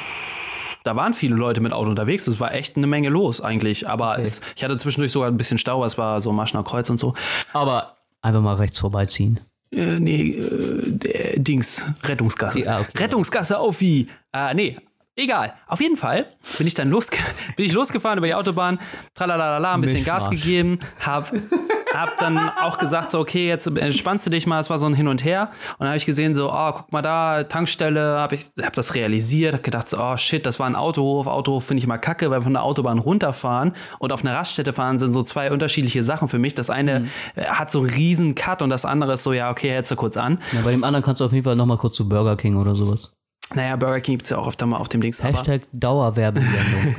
[SPEAKER 2] Da waren viele Leute mit Auto unterwegs, es war echt eine Menge los eigentlich, aber es, ich hatte zwischendurch sogar ein bisschen Stau, es war so Maschner Kreuz und so.
[SPEAKER 1] Aber einfach mal rechts vorbeiziehen.
[SPEAKER 2] Äh, nee, äh, der Dings, Rettungsgasse.
[SPEAKER 1] Die- ah, okay.
[SPEAKER 2] Rettungsgasse auf wie? Äh, nee, egal. Auf jeden Fall bin ich dann losge bin ich losgefahren über die Autobahn, tralalala, ein bisschen Gas
[SPEAKER 1] Mischmasch.
[SPEAKER 2] gegeben, hab, hab dann auch gesagt, so, okay, jetzt entspannst du dich mal. Es war so ein Hin und Her. Und dann habe ich gesehen, so, ah, guck mal da, Tankstelle, hab, ich, hab das realisiert, hab gedacht, so, oh shit, das war ein Autohof. Autohof finde ich mal kacke, weil von der Autobahn runterfahren und auf eine Raststätte fahren sind so zwei unterschiedliche Sachen für mich. Das eine äh, hat so einen riesen Cut und das andere ist so, ja, okay, hältst du kurz an.
[SPEAKER 1] Ja, bei dem anderen kannst du auf jeden Fall nochmal kurz zu Burger King oder sowas.
[SPEAKER 2] Naja, Burger King gibt's ja auch öfter mal auf dem Dings. aber-
[SPEAKER 1] Hashtag Dauerwerbesendung.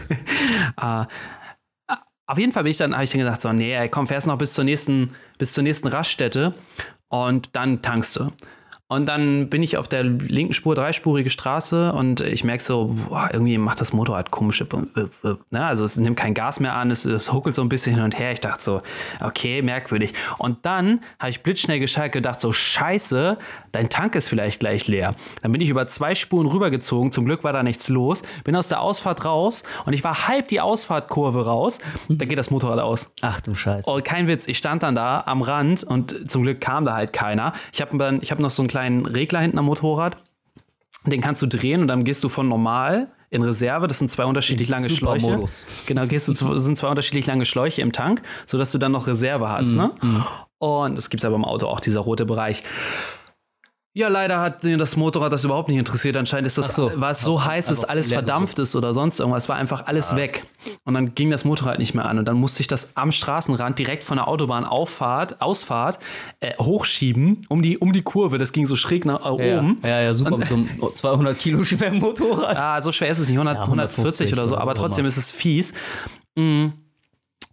[SPEAKER 2] auf jeden Fall bin ich dann, habe ich dann gesagt, so, nee, ey, komm, fährst noch bis zur nächsten, bis zur nächsten Raststätte und dann tankst du. Und dann bin ich auf der linken Spur, dreispurige Straße und ich merke so, boah, irgendwie macht das Motorrad komische. Ne? Also es nimmt kein Gas mehr an, es, es huckelt so ein bisschen hin und her. Ich dachte so, okay, merkwürdig. Und dann habe ich blitzschnell geschaltet gedacht, so scheiße, dein Tank ist vielleicht gleich leer. Dann bin ich über zwei Spuren rübergezogen, zum Glück war da nichts los, bin aus der Ausfahrt raus und ich war halb die Ausfahrtkurve raus, da geht das Motorrad aus.
[SPEAKER 1] Ach du Scheiße.
[SPEAKER 2] Oh, kein Witz, ich stand dann da am Rand und zum Glück kam da halt keiner. Ich habe dann, ich habe noch so einen kleinen Regler hinten am Motorrad. Den kannst du drehen und dann gehst du von normal in Reserve. Das sind zwei unterschiedlich lange Schläuche.
[SPEAKER 1] Supermodus.
[SPEAKER 2] Genau, gehst du, zu- sind zwei unterschiedlich lange Schläuche im Tank, sodass du dann noch Reserve
[SPEAKER 1] Mm,
[SPEAKER 2] hast. Ne? Und das gibt es aber im Auto auch, dieser rote Bereich. Ja, leider hat den das Motorrad das überhaupt nicht interessiert. Anscheinend ist das,
[SPEAKER 1] so. Also,
[SPEAKER 2] war es so heiß, dass
[SPEAKER 1] einfach
[SPEAKER 2] alles
[SPEAKER 1] leer gesucht.
[SPEAKER 2] verdampft ist oder sonst irgendwas. War einfach alles weg. Und dann ging das Motorrad nicht mehr an. Und dann musste ich das am Straßenrand direkt von der Autobahn Auffahrt, Ausfahrt äh, hochschieben um die, um die Kurve. Das ging so schräg nach äh,
[SPEAKER 1] Ja,
[SPEAKER 2] oben.
[SPEAKER 1] ja, ja, super. Mit so einem 200 Kilo schweren Motorrad.
[SPEAKER 2] Ah, so schwer ist es nicht, 100, 140 oder so,
[SPEAKER 1] oder
[SPEAKER 2] aber
[SPEAKER 1] so
[SPEAKER 2] trotzdem ist es fies. Mm,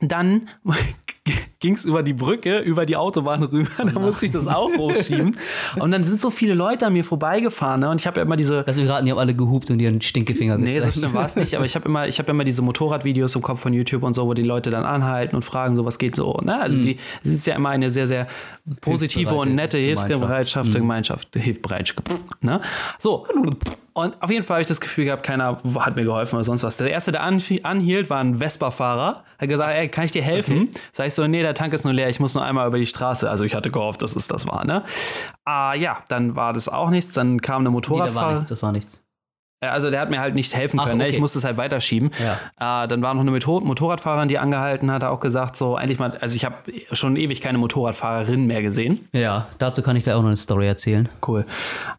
[SPEAKER 2] Dann ging es über die Brücke, über die Autobahn rüber. Da musste ich das auch hochschieben. Und dann sind so viele Leute an mir vorbeigefahren. Ne? Und ich habe ja immer diese.
[SPEAKER 1] Lass mich raten, die haben alle gehupt und ihren Stinkefinger
[SPEAKER 2] Nee, so
[SPEAKER 1] gezeigt.
[SPEAKER 2] schlimm war es nicht, aber ich habe immer, ich hab immer diese Motorradvideos im Kopf von YouTube und so, wo die Leute dann anhalten und fragen, so was geht so. Ne? Also die, es ist ja immer eine sehr, sehr positive
[SPEAKER 1] Mhm. Hilfsbereite
[SPEAKER 2] und nette Hilfsbereitschaft,
[SPEAKER 1] Gemeinschaft. Mhm.
[SPEAKER 2] Gemeinschaft, Hilfbereitschaft. Ne? So. Und auf jeden Fall habe ich das Gefühl gehabt, keiner hat mir geholfen oder sonst was. Der erste, der anfie- anhielt, war ein Vespa-Fahrer. Hat gesagt, ey, kann ich dir helfen?
[SPEAKER 1] Mhm.
[SPEAKER 2] Sag ich so, nee, der Tank ist nur leer, ich muss nur einmal über die Straße. Also ich hatte gehofft, dass es das war, ne? Ah ja, dann war das auch nichts. Dann kam
[SPEAKER 1] Nee,
[SPEAKER 2] eine
[SPEAKER 1] da war
[SPEAKER 2] Motorradfahrer.
[SPEAKER 1] nichts, das war nichts.
[SPEAKER 2] Äh, Also der hat mir halt nicht helfen
[SPEAKER 1] Ach,
[SPEAKER 2] können. ne? Ich
[SPEAKER 1] okay.
[SPEAKER 2] musste es halt weiterschieben. Äh, dann war noch eine Motor Motorradfahrerin, die angehalten hat, auch gesagt, so eigentlich mal, also ich habe schon ewig keine Motorradfahrerin mehr gesehen.
[SPEAKER 1] Ja, dazu kann ich gleich auch noch eine Story erzählen.
[SPEAKER 2] Cool.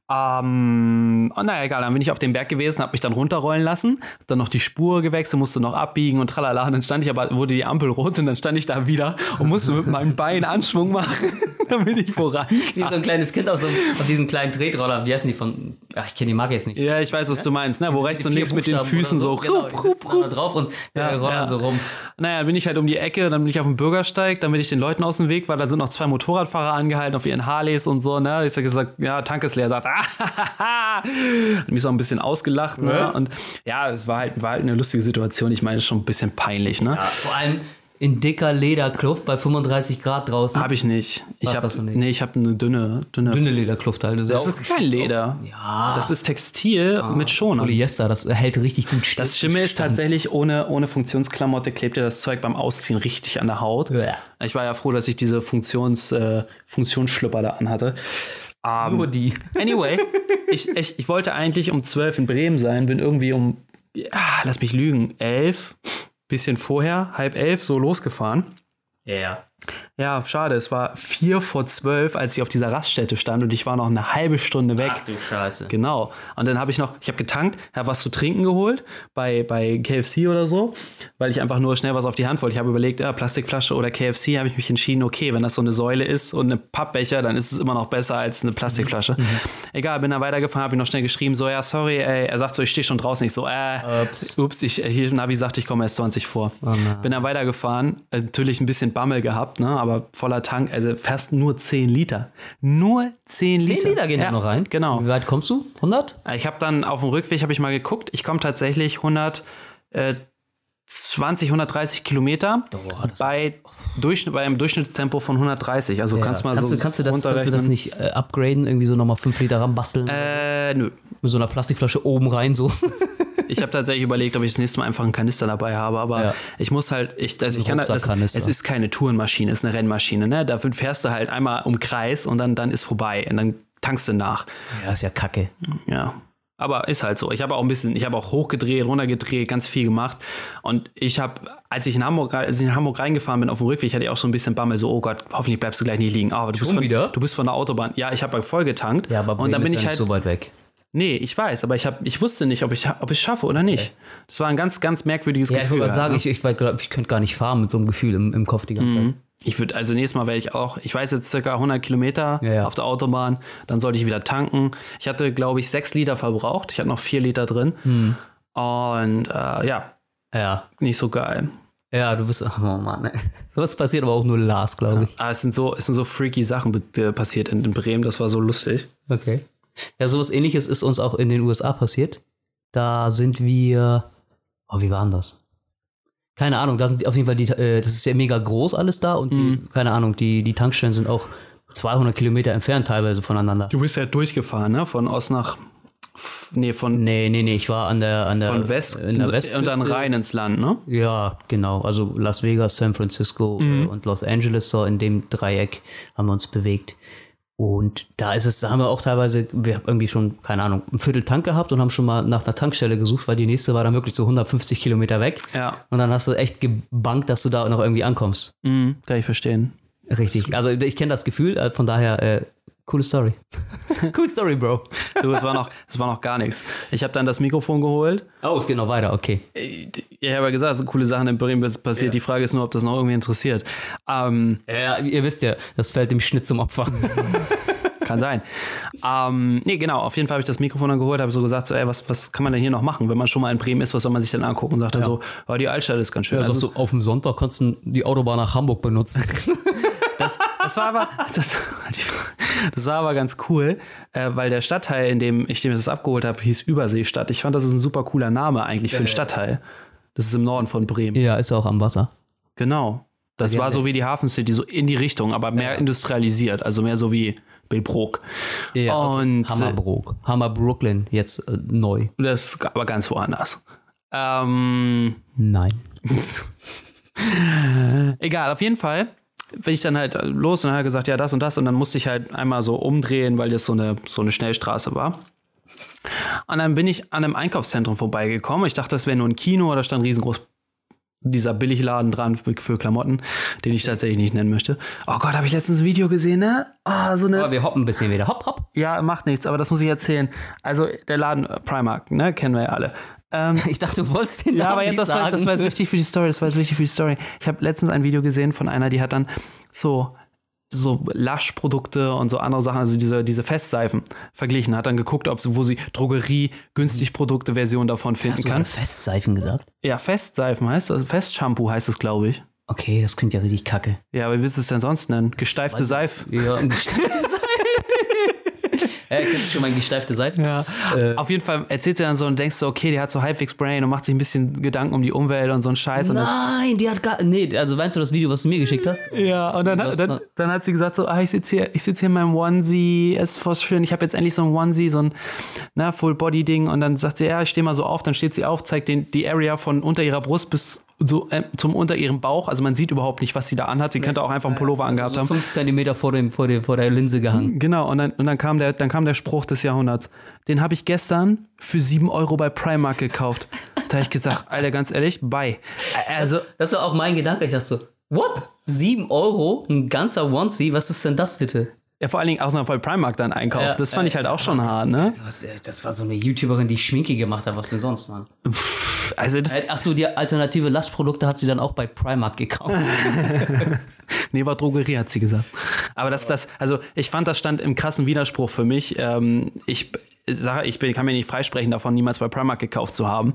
[SPEAKER 2] Ähm, oh, naja, egal, dann bin ich auf dem Berg gewesen, habe mich dann runterrollen lassen, hab dann noch die Spur gewechselt, musste noch abbiegen und tralala. Und dann stand ich aber, wurde die Ampel rot und dann stand ich da wieder und musste mit meinem Bein Anschwung machen, damit ich voran.
[SPEAKER 1] Wie so ein kleines Kind auf, so, auf diesen kleinen Tretroller. Wie heißen die von. Ach, ich kenne die Marke jetzt nicht.
[SPEAKER 2] Ja, ich weiß, was du meinst, ne? Wo rechts
[SPEAKER 1] Die
[SPEAKER 2] und
[SPEAKER 1] vier
[SPEAKER 2] links mit den
[SPEAKER 1] Buchstaben oder
[SPEAKER 2] Füßen so.
[SPEAKER 1] Genau,
[SPEAKER 2] rup,
[SPEAKER 1] die
[SPEAKER 2] rup,
[SPEAKER 1] sitzen
[SPEAKER 2] rup.
[SPEAKER 1] da drauf und äh, rollen
[SPEAKER 2] ja.
[SPEAKER 1] so rum.
[SPEAKER 2] Naja, dann bin ich halt um die Ecke, dann bin ich auf dem Bürgersteig, damit ich den Leuten aus dem Weg war. Da sind noch zwei Motorradfahrer angehalten auf ihren Harleys und so, ne? Ich hab gesagt, ja, Tank ist leer. Sagt, ah, hat mich so ein bisschen ausgelacht, ne?
[SPEAKER 1] Was?
[SPEAKER 2] Und ja, es war halt, war halt eine lustige Situation. Ich meine, es ist schon ein bisschen peinlich, ne?
[SPEAKER 1] Vor allem in dicker Lederkluft bei 35 Grad draußen.
[SPEAKER 2] Habe ich nicht. Ich
[SPEAKER 1] Was
[SPEAKER 2] habe
[SPEAKER 1] hast du nicht?
[SPEAKER 2] nee, ich habe eine dünne, dünne.
[SPEAKER 1] Dünne Lederkluft halt.
[SPEAKER 2] Das ist kein Leder.
[SPEAKER 1] Ja. Ah,
[SPEAKER 2] Das ist Textil mit Schoner.
[SPEAKER 1] Polyester, das hält richtig gut
[SPEAKER 2] Das Schimmel ist halt tatsächlich ohne, ohne Funktionsklamotte, klebt dir das Zeug beim Ausziehen richtig an der Haut.
[SPEAKER 1] Ja.
[SPEAKER 2] Ich war ja froh, dass ich diese Funktions, äh, Funktionsschlüpper da anhatte. Ähm,
[SPEAKER 1] Nur die.
[SPEAKER 2] Anyway, ich, ich, ich wollte eigentlich um 12 in Bremen sein, bin irgendwie um, ja, lass mich lügen, 11, bisschen vorher, halb elf, so losgefahren.
[SPEAKER 1] Ja.
[SPEAKER 2] Ja, schade, es war vier vor zwölf, als ich auf dieser Raststätte stand und ich war noch eine halbe Stunde weg.
[SPEAKER 1] Ach du Scheiße.
[SPEAKER 2] Genau. Und dann habe ich noch, ich habe getankt, habe was zu trinken geholt bei, bei KFC oder so, weil ich einfach nur schnell was auf die Hand wollte. Ich habe überlegt, ja, Plastikflasche oder KFC, habe ich mich entschieden, okay, wenn das so eine Säule ist und eine Pappbecher, dann ist es immer noch besser als eine Plastikflasche.
[SPEAKER 1] Mhm.
[SPEAKER 2] Mhm. Egal, bin dann weitergefahren, habe ich noch schnell geschrieben, so, ja, sorry, ey. er sagt so, ich stehe schon draußen. Ich so, äh, ups,
[SPEAKER 1] Ups. Oh
[SPEAKER 2] ich, hier, Navi sagt, ich komme erst 20 vor. bin dann weitergefahren, äh, natürlich ein bisschen Bammel gehabt, ne, aber voller Tank, also fast nur 10 Liter. Nur
[SPEAKER 1] 10
[SPEAKER 2] 10 Liter.
[SPEAKER 1] Liter gehen
[SPEAKER 2] ja,
[SPEAKER 1] da noch rein.
[SPEAKER 2] Genau.
[SPEAKER 1] Wie weit kommst du? 100?
[SPEAKER 2] Äh, Ich habe dann auf dem Rückweg habe ich mal geguckt. Ich komme tatsächlich 100 äh, 20, 130 Kilometer
[SPEAKER 1] das
[SPEAKER 2] bei, Durchschnitt, bei einem Durchschnittstempo von 130. Also kannst mal
[SPEAKER 1] kannst
[SPEAKER 2] so
[SPEAKER 1] du, kannst du das, kannst du das
[SPEAKER 2] runterrechnen.
[SPEAKER 1] nicht äh, upgraden, irgendwie so nochmal 5 Liter ranbasteln?
[SPEAKER 2] Äh, nö.
[SPEAKER 1] mit so einer Plastikflasche oben rein, so.
[SPEAKER 2] Ich habe tatsächlich überlegt, ob ich das nächste Mal einfach einen Kanister dabei habe, aber
[SPEAKER 1] Ja.
[SPEAKER 2] ich muss halt, ich, also ich kann das, es
[SPEAKER 1] Rucksackkanister.
[SPEAKER 2] ist keine Tourenmaschine, es ist eine Rennmaschine, ne? Dafür fährst du halt einmal um Kreis und dann, dann ist vorbei und dann tankst du nach.
[SPEAKER 1] ja, ist ja kacke.
[SPEAKER 2] Ja. Aber ist halt so. Ich habe auch ein bisschen, ich habe auch hochgedreht, runtergedreht, ganz viel gemacht. Und ich habe, als ich in Hamburg, rei- als ich in Hamburg reingefahren bin auf dem Rückweg, hatte ich auch so ein bisschen Bammel, so, oh Gott, hoffentlich bleibst du gleich nicht liegen. Ah, Aber du bist,
[SPEAKER 1] Schon
[SPEAKER 2] von,
[SPEAKER 1] wieder?
[SPEAKER 2] du bist von der Autobahn. Ja, ich habe halt voll getankt.
[SPEAKER 1] Ja, aber
[SPEAKER 2] und dann
[SPEAKER 1] Bremen
[SPEAKER 2] bin
[SPEAKER 1] ist
[SPEAKER 2] ich
[SPEAKER 1] ja
[SPEAKER 2] halt,
[SPEAKER 1] nicht so weit weg.
[SPEAKER 2] nee, ich weiß, aber ich, hab, ich wusste nicht, ob ich es ob ich's schaffe oder nicht. Das war ein ganz, ganz merkwürdiges
[SPEAKER 1] Ja, ich
[SPEAKER 2] Gefühl. halt, ne?
[SPEAKER 1] würde mal sagen,
[SPEAKER 2] ja.
[SPEAKER 1] ich, ich, weiß grad, ich könnte gar nicht fahren mit so einem Gefühl im, im Kopf die ganze Zeit.
[SPEAKER 2] Ich würde, also nächstes Mal werde ich auch, ich weiß jetzt circa 100 Kilometer
[SPEAKER 1] Ja, ja.
[SPEAKER 2] auf der Autobahn, dann sollte ich wieder tanken. Ich hatte, glaube ich, sechs Liter verbraucht. Ich hatte noch vier Liter drin. Und äh, ja,
[SPEAKER 1] Ja.
[SPEAKER 2] nicht so geil.
[SPEAKER 1] Ja, du bist, oh Mann, ey. Sowas passiert aber auch nur Lars, glaube ich.
[SPEAKER 2] Aber Ah, es sind so, es sind so freaky Sachen be- äh, passiert in, in Bremen. Das war so lustig.
[SPEAKER 1] Okay. Ja, sowas ähnliches ist uns auch in den USA passiert. Da sind wir. Oh, wie war denn das? Keine Ahnung, da sind auf jeden Fall die, äh, das ist ja mega groß alles da und
[SPEAKER 2] Mhm.
[SPEAKER 1] die, keine Ahnung, die, die Tankstellen sind auch 200 Kilometer entfernt teilweise voneinander.
[SPEAKER 2] Du bist ja durchgefahren, ne? Von Ost nach, f- nee, von,
[SPEAKER 1] Nee, nee, nee, ich war an der, an der,
[SPEAKER 2] von West,
[SPEAKER 1] in der
[SPEAKER 2] und dann
[SPEAKER 1] Westküste.
[SPEAKER 2] rein ins Land, ne?
[SPEAKER 1] Ja, genau. Also Las Vegas, San Francisco äh,
[SPEAKER 2] Mhm.
[SPEAKER 1] und Los Angeles, so in dem Dreieck haben wir uns bewegt. Und da ist es, da haben wir auch teilweise, wir haben irgendwie schon, keine Ahnung, ein Viertel Tank gehabt und haben schon mal nach einer Tankstelle gesucht, weil die nächste war dann wirklich so 150 Kilometer weg.
[SPEAKER 2] Ja.
[SPEAKER 1] Und dann hast du echt gebankt, dass du da noch irgendwie ankommst.
[SPEAKER 2] Mhm, kann ich verstehen.
[SPEAKER 1] Richtig. Also ich kenne das Gefühl, äh, von daher, äh, coole Story. cool Story, Bro.
[SPEAKER 2] Du, es war noch, es war noch gar nichts. Ich habe dann das Mikrofon geholt
[SPEAKER 1] Oh, es geht noch weiter, okay.
[SPEAKER 2] Ich habe ja gesagt, so coole Sachen in Bremen wird passiert. Die Frage ist nur, ob das noch irgendwie interessiert. Ähm,
[SPEAKER 1] Ja, ihr wisst ja, das fällt dem Schnitt zum Opfer.
[SPEAKER 2] Kann sein. ähm, nee, genau. Auf jeden Fall habe ich das Mikrofon dann geholt, habe so gesagt, so, ey, was, was kann man denn hier noch machen? Wenn man schon mal in Bremen ist, was soll man sich dann angucken? Und sagt er so, oh, die Altstadt ist ganz schön.
[SPEAKER 1] Also,
[SPEAKER 2] Also,
[SPEAKER 1] so auf dem Sonntag kannst du die Autobahn nach Hamburg benutzen.
[SPEAKER 2] das, das war aber, das, das war aber ganz cool, äh, weil der Stadtteil, in dem ich dem ich das abgeholt habe, hieß Überseestadt. Ich fand, das ist ein super cooler Name eigentlich für einen Stadtteil. Das ist im Norden von Bremen.
[SPEAKER 1] ja, ist ja auch am Wasser.
[SPEAKER 2] Genau. Das war so wie die Hafen City, so in die Richtung, aber mehr industrialisiert, also mehr so wie Billbrook.
[SPEAKER 1] Ja,
[SPEAKER 2] Und äh,
[SPEAKER 1] Hammerbrook. Hammer Brooklyn, jetzt äh, neu.
[SPEAKER 2] das ist aber ganz woanders. Ähm,
[SPEAKER 1] Nein.
[SPEAKER 2] egal, auf jeden Fall bin ich dann halt los und hat gesagt, ja, das und das. Und dann musste ich halt einmal so umdrehen, weil das so eine, so eine Schnellstraße war. Und dann bin ich an einem Einkaufszentrum vorbeigekommen. Ich dachte, das wäre nur ein Kino, da stand riesengroß dieser Billigladen dran für, für Klamotten, den ich tatsächlich nicht nennen möchte. Oh Gott, habe ich letztens ein Video gesehen, ne? Ah, so eine
[SPEAKER 1] Aber wir hoppen ein bisschen wieder. Hopp, hopp.
[SPEAKER 2] Ja, macht nichts, aber das muss ich erzählen. Also der Laden äh, Primark, ne, kennen wir ja alle. Ähm,
[SPEAKER 1] Ich dachte, du wolltest den
[SPEAKER 2] ja,
[SPEAKER 1] Namen
[SPEAKER 2] aber jetzt,
[SPEAKER 1] nicht
[SPEAKER 2] das, war, jetzt-
[SPEAKER 1] sagen.
[SPEAKER 2] das war jetzt wichtig für die Story, das war jetzt wichtig für die Story. Ich habe letztens ein Video gesehen von einer, die hat dann so so Lush-Produkte und so andere Sachen, also diese, diese Festseifen verglichen, hat dann geguckt, ob sie- wo sie Drogerie günstig Produkte Version davon finden
[SPEAKER 1] Hast du
[SPEAKER 2] kann.
[SPEAKER 1] gerade Festseifen gesagt?
[SPEAKER 2] Ja, Festseifen heißt das, Festshampoo heißt es, glaube ich.
[SPEAKER 1] Okay, das klingt ja richtig kacke.
[SPEAKER 2] Ja, wie willst du es denn sonst nennen? Gesteifte Seife.
[SPEAKER 1] Ja, Äh, kennst du schon mal gesteifte Seifen?
[SPEAKER 2] Ja. Auf jeden Fall erzählt sie dann so und denkst so, okay, die hat so halbwegs Brain und macht sich ein bisschen Gedanken um die Umwelt und so einen Scheiß. Und
[SPEAKER 1] Nein, die hat gar. Nee, also meinst du das Video, was du mir geschickt hast?
[SPEAKER 2] dann, ja, und dann,
[SPEAKER 1] Das-
[SPEAKER 2] hat- dann, dann hat sie gesagt so, ah, ich sitze hier, ich sitze hier in meinem Onesie, es ist voll schön, ich habe jetzt endlich so ein Onesie, so ein na, Full-Body-Ding. Und dann sagt sie, ja, ich stehe mal so auf, dann steht sie auf, zeigt den, die Area von unter ihrer Brust bis so, äh, zum unter ihrem Bauch. Also man sieht überhaupt nicht, was sie da anhat. Sie könnte auch einfach einen Pullover angehabt
[SPEAKER 1] also So
[SPEAKER 2] haben.
[SPEAKER 1] fünf Zentimeter vor, dem, vor, dem, vor der Linse gehangen.
[SPEAKER 2] Genau, und dann, und dann kam der, dann kam der Spruch des Jahrhunderts. Den habe ich gestern für 7 Euro bei Primark gekauft. Da habe ich gesagt, Alter, ganz ehrlich, bye. Also,
[SPEAKER 1] Das war auch mein Gedanke. Ich dachte so, what? Sieben Euro? Ein ganzer Onesie? Was ist denn das bitte?
[SPEAKER 2] ja, vor allen Dingen auch noch bei Primark dann einkauft.
[SPEAKER 1] Ja,
[SPEAKER 2] das fand ich halt auch schon hart, ne?
[SPEAKER 1] Das, äh, das war so eine YouTuberin, die Schminke gemacht hat. Was denn sonst, Mann?
[SPEAKER 2] Also, das,
[SPEAKER 1] Achso, die alternative Lastprodukte hat sie dann auch bei Primark gekauft.
[SPEAKER 2] nee, war Drogerie, hat sie gesagt. Aber das, das, also, ich fand, das stand im krassen Widerspruch für mich. Ähm, ich sage, ich bin, kann mir nicht freisprechen davon, niemals bei Primark gekauft zu haben.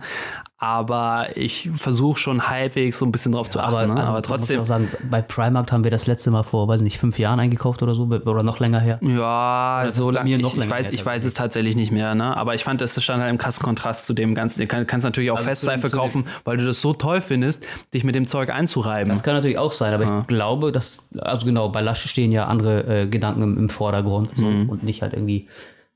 [SPEAKER 2] Aber ich versuche schon halbwegs so ein bisschen drauf zu achten. ne?
[SPEAKER 1] also,
[SPEAKER 2] aber
[SPEAKER 1] da Muss ich
[SPEAKER 2] trotzdem.
[SPEAKER 1] auch sagen, bei Primark haben wir das letzte Mal vor, weiß nicht, fünf Jahren eingekauft oder so, oder noch länger her.
[SPEAKER 2] Ja, so
[SPEAKER 1] ist bei
[SPEAKER 2] lange.
[SPEAKER 1] mir
[SPEAKER 2] Ich,
[SPEAKER 1] noch
[SPEAKER 2] ich,
[SPEAKER 1] länger
[SPEAKER 2] weiß,
[SPEAKER 1] her
[SPEAKER 2] ich weiß es tatsächlich nicht mehr, ne? Aber ich fand, es stand halt im krassen Kontrast zu dem Ganzen. Du kann- kannst natürlich auch Festseife
[SPEAKER 1] Also zu dem-
[SPEAKER 2] kaufen, weil du das so toll findest, dich mit dem Zeug einzureiben.
[SPEAKER 1] Das kann natürlich auch sein, aber ich glaube, dass, also genau, bei Lasche stehen ja andere äh, Gedanken im, im Vordergrund so,
[SPEAKER 2] Mhm.
[SPEAKER 1] und nicht halt irgendwie,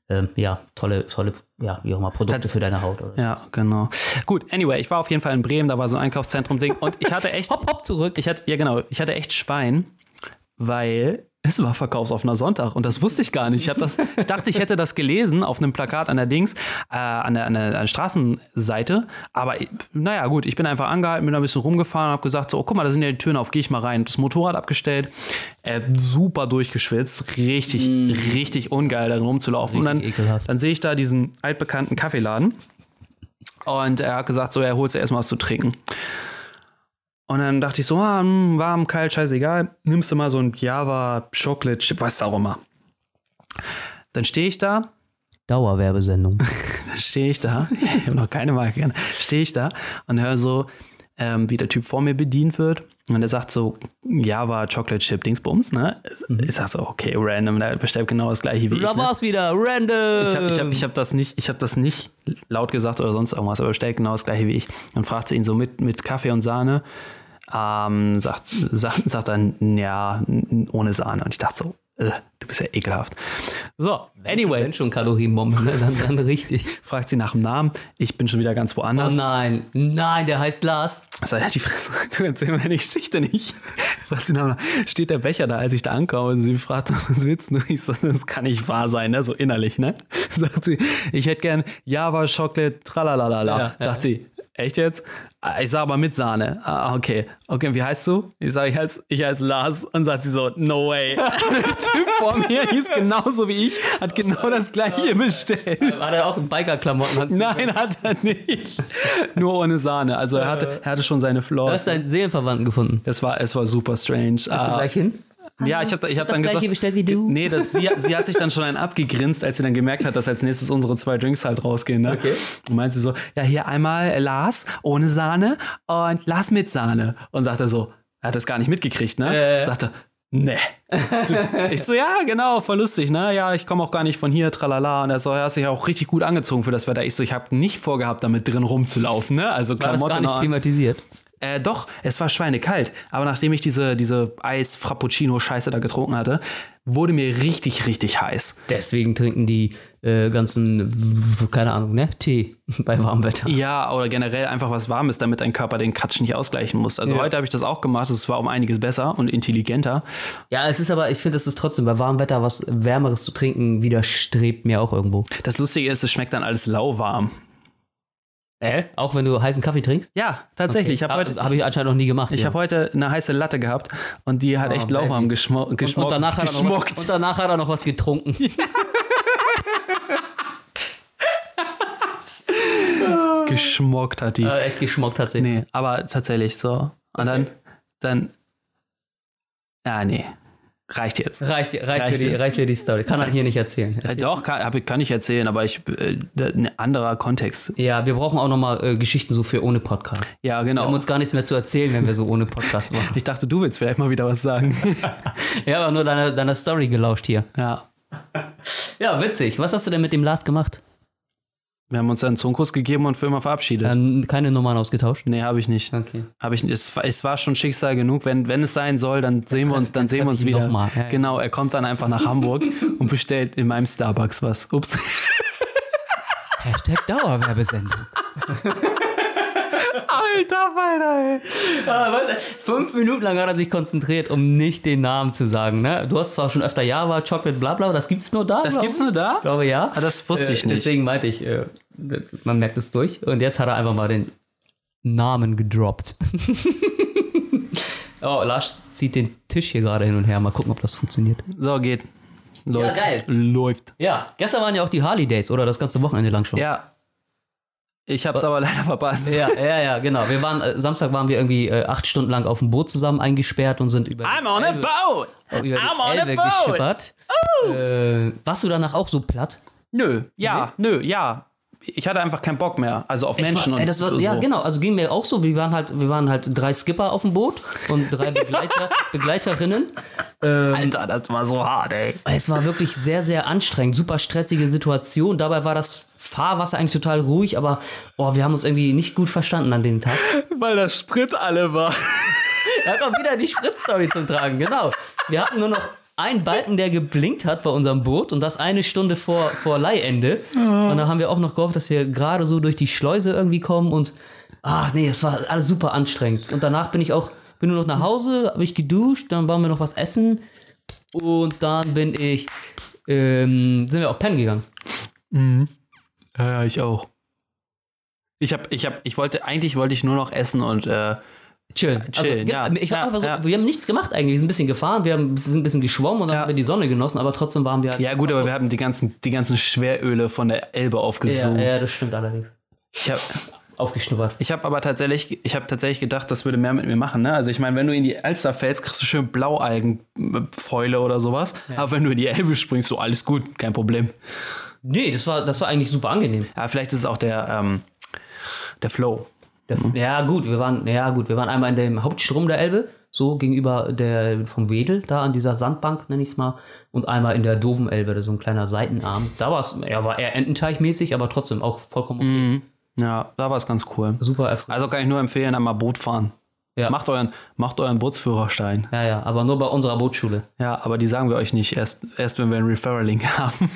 [SPEAKER 1] ähm, ja, tolle, tolle, ja, wie auch immer, Produkte für deine Haut. Oder.
[SPEAKER 2] Ja, genau. Gut, anyway, ich war auf jeden Fall in Bremen, da war so ein Einkaufszentrum-Ding und ich hatte echt. hopp, hopp, zurück. Ich hatte, ja, genau, ich hatte echt Schwein, weil es war verkaufsoffener Sonntag und das wusste ich gar nicht. Ich, hab das, ich dachte, ich hätte das gelesen auf einem Plakat an der Dings, äh, an, der, an, der, an der Straßenseite, aber ich- naja, gut, ich bin einfach angehalten, bin da ein bisschen rumgefahren, habe gesagt, so, oh, guck mal, da sind ja die Türen auf, gehe ich mal rein. Das Motorrad abgestellt, äh, super durchgeschwitzt, richtig, richtig ungeil, darin rumzulaufen. und dann,
[SPEAKER 1] Mm. Richtig ekelhaft.
[SPEAKER 2] dann sehe ich da diesen altbekannten Kaffeeladen. Und er hat gesagt, so, er holt sich erstmal was zu trinken. Und dann dachte ich so, ah, hm, warm, kalt, scheißegal, nimmst du mal so ein Java Chocolate Chip, was auch immer. Dann stehe ich da,
[SPEAKER 1] Dauerwerbesendung.
[SPEAKER 2] dann stehe ich da, ich habe noch keine Marke genannt, stehe ich da und höre so, ähm, wie der Typ vor mir bedient wird. Und er sagt so, Java Chocolate Chip Dingsbums, ne? Ich sag so, okay, random, der bestellt genau das gleiche wie ich. Ne?
[SPEAKER 1] war's wieder, random.
[SPEAKER 2] Ich habe ich hab, ich hab das, nicht- ich hab das nicht laut gesagt oder sonst irgendwas, aber bestellt genau das gleiche wie ich. Dann fragt sie ihn so mit, mit Kaffee und Sahne. Ähm, sagt, sagt, sagt dann, ja, n- ohne Sahne. Und ich dachte so, äh, du bist ja ekelhaft. So, anyway,
[SPEAKER 1] Wenn schon Kalorienbombe, ne? dann, dann richtig.
[SPEAKER 2] fragt sie nach dem Namen. Ich bin schon wieder ganz woanders.
[SPEAKER 1] nein, nein, der heißt Lars.
[SPEAKER 2] Sag ja, die Fresse, du erzähl mir die Geschichte nicht. Fragt sie nach, steht der Becher da, als ich da ankomme? Und sie fragt, was willst du? Ich so, das kann nicht wahr sein, ne? So innerlich, ne? Sagt sie, ich hätte gern Java Chocolate, tralalala.
[SPEAKER 1] Ja,
[SPEAKER 2] Sagt sie, echt jetzt? Ah, Ich sag aber mit Sahne. Ah, okay. Okay, wie heißt du? Ich sag, ich heiß, ich heiß Lars. Und sagt sie so, no way. der Typ vor mir hieß genauso wie ich, hat genau das Gleiche bestellt.
[SPEAKER 1] War der auch in Biker-Klamotten?
[SPEAKER 2] Nein, hat er nicht. Nur ohne Sahne. Also er hatte, er hatte schon seine
[SPEAKER 1] Du
[SPEAKER 2] Flaws.
[SPEAKER 1] hast deinen Seelenverwandten gefunden.
[SPEAKER 2] Es war, es war super strange.
[SPEAKER 1] Hast du
[SPEAKER 2] Ah,
[SPEAKER 1] gleich hin?
[SPEAKER 2] Ja, ich habe ich hab
[SPEAKER 3] das
[SPEAKER 2] dann
[SPEAKER 3] gleiche
[SPEAKER 2] gesagt.
[SPEAKER 3] bestellt wie du.
[SPEAKER 2] Nee, das, sie, sie hat sich dann schon einen abgegrinst, als sie dann gemerkt hat, dass als nächstes unsere zwei Drinks halt rausgehen. Ne?
[SPEAKER 1] Okay.
[SPEAKER 2] Und meint sie so: Ja, hier einmal äh, Lars ohne Sahne und Lars mit Sahne. Und sagt er so: Er hat das gar nicht mitgekriegt, ne?
[SPEAKER 1] Äh.
[SPEAKER 2] Sagt er: Nee. ich so: Ja, genau, voll lustig, ne? Ja, ich komme auch gar nicht von hier, tralala. Und er so: Er hat sich auch richtig gut angezogen für das Wetter. Ich so: Ich habe nicht vorgehabt, damit drin rumzulaufen, ne? Also
[SPEAKER 1] War das
[SPEAKER 2] Klamotten
[SPEAKER 1] gar nicht
[SPEAKER 2] an.
[SPEAKER 1] thematisiert.
[SPEAKER 2] Äh, doch, es war schweinekalt. Aber nachdem ich diese, diese Eis-Frappuccino-Scheiße da getrunken hatte, wurde mir richtig, richtig heiß.
[SPEAKER 1] Deswegen trinken die äh, ganzen, keine Ahnung, ne? Tee bei warmem Wetter.
[SPEAKER 2] Ja, oder generell einfach was Warmes, damit dein Körper den Katsch nicht ausgleichen muss. Also
[SPEAKER 1] Ja.
[SPEAKER 2] heute habe ich das auch gemacht. Es war um einiges besser und intelligenter.
[SPEAKER 1] Ja, es ist aber, ich finde, es ist trotzdem bei warmem Wetter was Wärmeres zu trinken, widerstrebt mir auch irgendwo.
[SPEAKER 2] Das Lustige ist, es schmeckt dann alles lauwarm.
[SPEAKER 1] Äh? Auch wenn du heißen Kaffee trinkst?
[SPEAKER 2] Ja, tatsächlich. Ich habe heute,
[SPEAKER 1] Habe hab ich anscheinend noch nie gemacht.
[SPEAKER 2] ich
[SPEAKER 1] ja. Ah,
[SPEAKER 2] hab heute eine heiße Latte gehabt und die hat echt
[SPEAKER 1] baby.
[SPEAKER 2] lauwarm geschmo geschmo
[SPEAKER 1] und, danach hat er noch
[SPEAKER 2] geschmockt.
[SPEAKER 1] was, und danach hat er noch was getrunken.
[SPEAKER 2] geschmockt hat die.
[SPEAKER 1] Äh, echt geschmockt tatsächlich.
[SPEAKER 2] Nee, aber tatsächlich so. Und dann, dann. Ja, nee. Reicht jetzt.
[SPEAKER 1] Reicht, reicht,
[SPEAKER 2] Reicht
[SPEAKER 1] für die,
[SPEAKER 2] jetzt.
[SPEAKER 1] reicht für die Story. Kann er hier nicht erzählen.
[SPEAKER 2] Äh,
[SPEAKER 1] Erzähl.
[SPEAKER 2] Doch, kann, hab, ich- kann ich erzählen, aber ich. Äh, da- ein anderer Kontext.
[SPEAKER 1] Ja, wir brauchen auch nochmal äh, Geschichten so für ohne Podcast.
[SPEAKER 2] Ja,
[SPEAKER 1] Wir haben
[SPEAKER 2] genau.
[SPEAKER 1] uns gar nichts mehr zu erzählen, wenn wir so ohne Podcast waren.
[SPEAKER 2] Ich dachte, du willst vielleicht mal wieder was sagen.
[SPEAKER 1] Ich habe auch nur deiner, deiner Story gelauscht hier.
[SPEAKER 2] ja.
[SPEAKER 1] Ja, witzig. Was hast du denn mit dem Lars gemacht?
[SPEAKER 2] Wir haben uns dann einen Zungenkuss gegeben und für immer verabschiedet.
[SPEAKER 1] Dann Ähm, keine Nummern ausgetauscht.
[SPEAKER 2] Nee, habe ich nicht.
[SPEAKER 1] Okay.
[SPEAKER 2] Hab ich, nicht. es, war- es war schon Schicksal genug. Wenn, wenn es sein soll, dann sehen wir uns, dann sehen wir uns
[SPEAKER 1] ich ihn
[SPEAKER 2] wieder.
[SPEAKER 1] noch mal. Ja, ja.
[SPEAKER 2] Genau, er kommt dann einfach nach Hamburg und bestellt in meinem Starbucks was. Ups.
[SPEAKER 1] Hashtag Dauerwerbesendung.
[SPEAKER 2] Alter, Alter, ey.
[SPEAKER 1] Ah, weißt du, fünf Minuten lang hat er sich konzentriert, um nicht den Namen zu sagen. Ne? Du hast zwar schon öfter Java, Chocolate, bla bla, das gibt's nur da.
[SPEAKER 2] Das
[SPEAKER 1] glaub
[SPEAKER 2] gibt's
[SPEAKER 1] ich.
[SPEAKER 2] nur da?
[SPEAKER 1] Ich glaube ja.
[SPEAKER 2] Ah, das wusste ich
[SPEAKER 1] Äh,
[SPEAKER 2] nicht.
[SPEAKER 1] Deswegen meinte ich, äh, d- man merkt es durch. Und jetzt hat er einfach mal den Namen gedroppt. oh, Lars zieht den Tisch hier gerade hin und her. Mal gucken, ob das funktioniert.
[SPEAKER 2] So, geht. Läuft.
[SPEAKER 1] geil.
[SPEAKER 2] Läuft.
[SPEAKER 1] Ja, gestern waren ja auch die Harley Days, oder? Das ganze Wochenende lang schon.
[SPEAKER 2] Ja. Ich hab's aber leider verpasst.
[SPEAKER 1] Ja, ja, ja, genau. Wir waren, äh, Samstag waren wir irgendwie äh, acht Stunden lang auf dem Boot zusammen eingesperrt und sind über die Elbe,
[SPEAKER 2] boat!
[SPEAKER 1] über
[SPEAKER 2] I'm on a
[SPEAKER 1] die Elbe
[SPEAKER 2] boat.
[SPEAKER 1] geschippert. Äh, warst du danach auch so platt?
[SPEAKER 2] Nö, ja, nö, ja. Ich hatte einfach keinen Bock mehr. Also auf Menschen und
[SPEAKER 1] Ey, das war,
[SPEAKER 2] so.
[SPEAKER 1] Ja, genau. Also ging mir auch so. Wir waren halt, wir waren halt drei Skipper auf dem Boot und drei Begleiter, Begleiterinnen.
[SPEAKER 2] Alter, das war so hart, ey.
[SPEAKER 1] Es war wirklich sehr, sehr anstrengend. Super stressige Situation. Dabei war das Fahrwasser eigentlich total ruhig, aber oh, wir haben uns irgendwie nicht gut verstanden an dem Tag.
[SPEAKER 2] Weil der Sprit alle war.
[SPEAKER 1] Da kommt wieder die Spritz-Story zum Tragen, genau. Wir hatten nur noch einen Balken, der geblinkt hat bei unserem Boot und das eine Stunde vor, vor Leihende.
[SPEAKER 2] Ah.
[SPEAKER 1] Und da haben wir auch noch gehofft, dass wir gerade so durch die Schleuse irgendwie kommen und ach nee, es war alles super anstrengend. Und danach bin ich auch, bin nur noch nach Hause, habe ich geduscht, dann waren wir noch was essen und dann bin ich, ähm, sind wir auch pennen gegangen.
[SPEAKER 2] Ja, ja, ich auch. Ich hab, ich hab, ich wollte, eigentlich wollte ich nur noch essen und äh,
[SPEAKER 1] Chillen.
[SPEAKER 2] Chillen,
[SPEAKER 1] ge-
[SPEAKER 2] ja.
[SPEAKER 1] Ich war
[SPEAKER 2] Ja,
[SPEAKER 1] einfach so,
[SPEAKER 2] ja.
[SPEAKER 1] wir haben nichts gemacht eigentlich. Wir sind ein bisschen gefahren, wir haben, sind ein bisschen geschwommen und dann
[SPEAKER 2] Ja.
[SPEAKER 1] haben wir die Sonne genossen, aber trotzdem waren wir halt
[SPEAKER 2] ja gut, aber wir haben die ganzen, die ganzen Schweröle von der Elbe
[SPEAKER 1] Ja,
[SPEAKER 2] aufgesogen.
[SPEAKER 1] ja, das stimmt allerdings.
[SPEAKER 2] Ich hab,
[SPEAKER 1] Aufgeschnuppert.
[SPEAKER 2] Ich habe aber tatsächlich, ich habe tatsächlich gedacht, das würde mehr mit mir machen. Ne? Also ich meine, wenn du in die Alster fällst, kriegst du schön Blaualgenfäule oder sowas. Aber wenn du in die Elbe springst, so alles gut, kein Problem.
[SPEAKER 1] Nee, das war, das war eigentlich super angenehm.
[SPEAKER 2] Aber vielleicht ist es auch der, ähm, der Flow.
[SPEAKER 1] Der, Ja, gut, wir waren, ja, gut, wir waren einmal in dem Hauptstrom der Elbe, so gegenüber der vom Wedel, da an dieser Sandbank, nenne ich es mal, und einmal in der doofen Elbe, da so ein kleiner Seitenarm. Da war es, ja, war eher Ententeichmäßig, aber trotzdem auch vollkommen okay.
[SPEAKER 2] Ja, da war es ganz cool.
[SPEAKER 1] super erfreut.
[SPEAKER 2] Also kann ich nur empfehlen, einmal Boot fahren.
[SPEAKER 1] Ja.
[SPEAKER 2] Macht, euren, macht euren Bootsführerstein.
[SPEAKER 1] Ja, ja, aber nur bei unserer Bootsschule.
[SPEAKER 2] Ja, aber die sagen wir euch nicht, erst, erst wenn wir einen Referral-Link haben.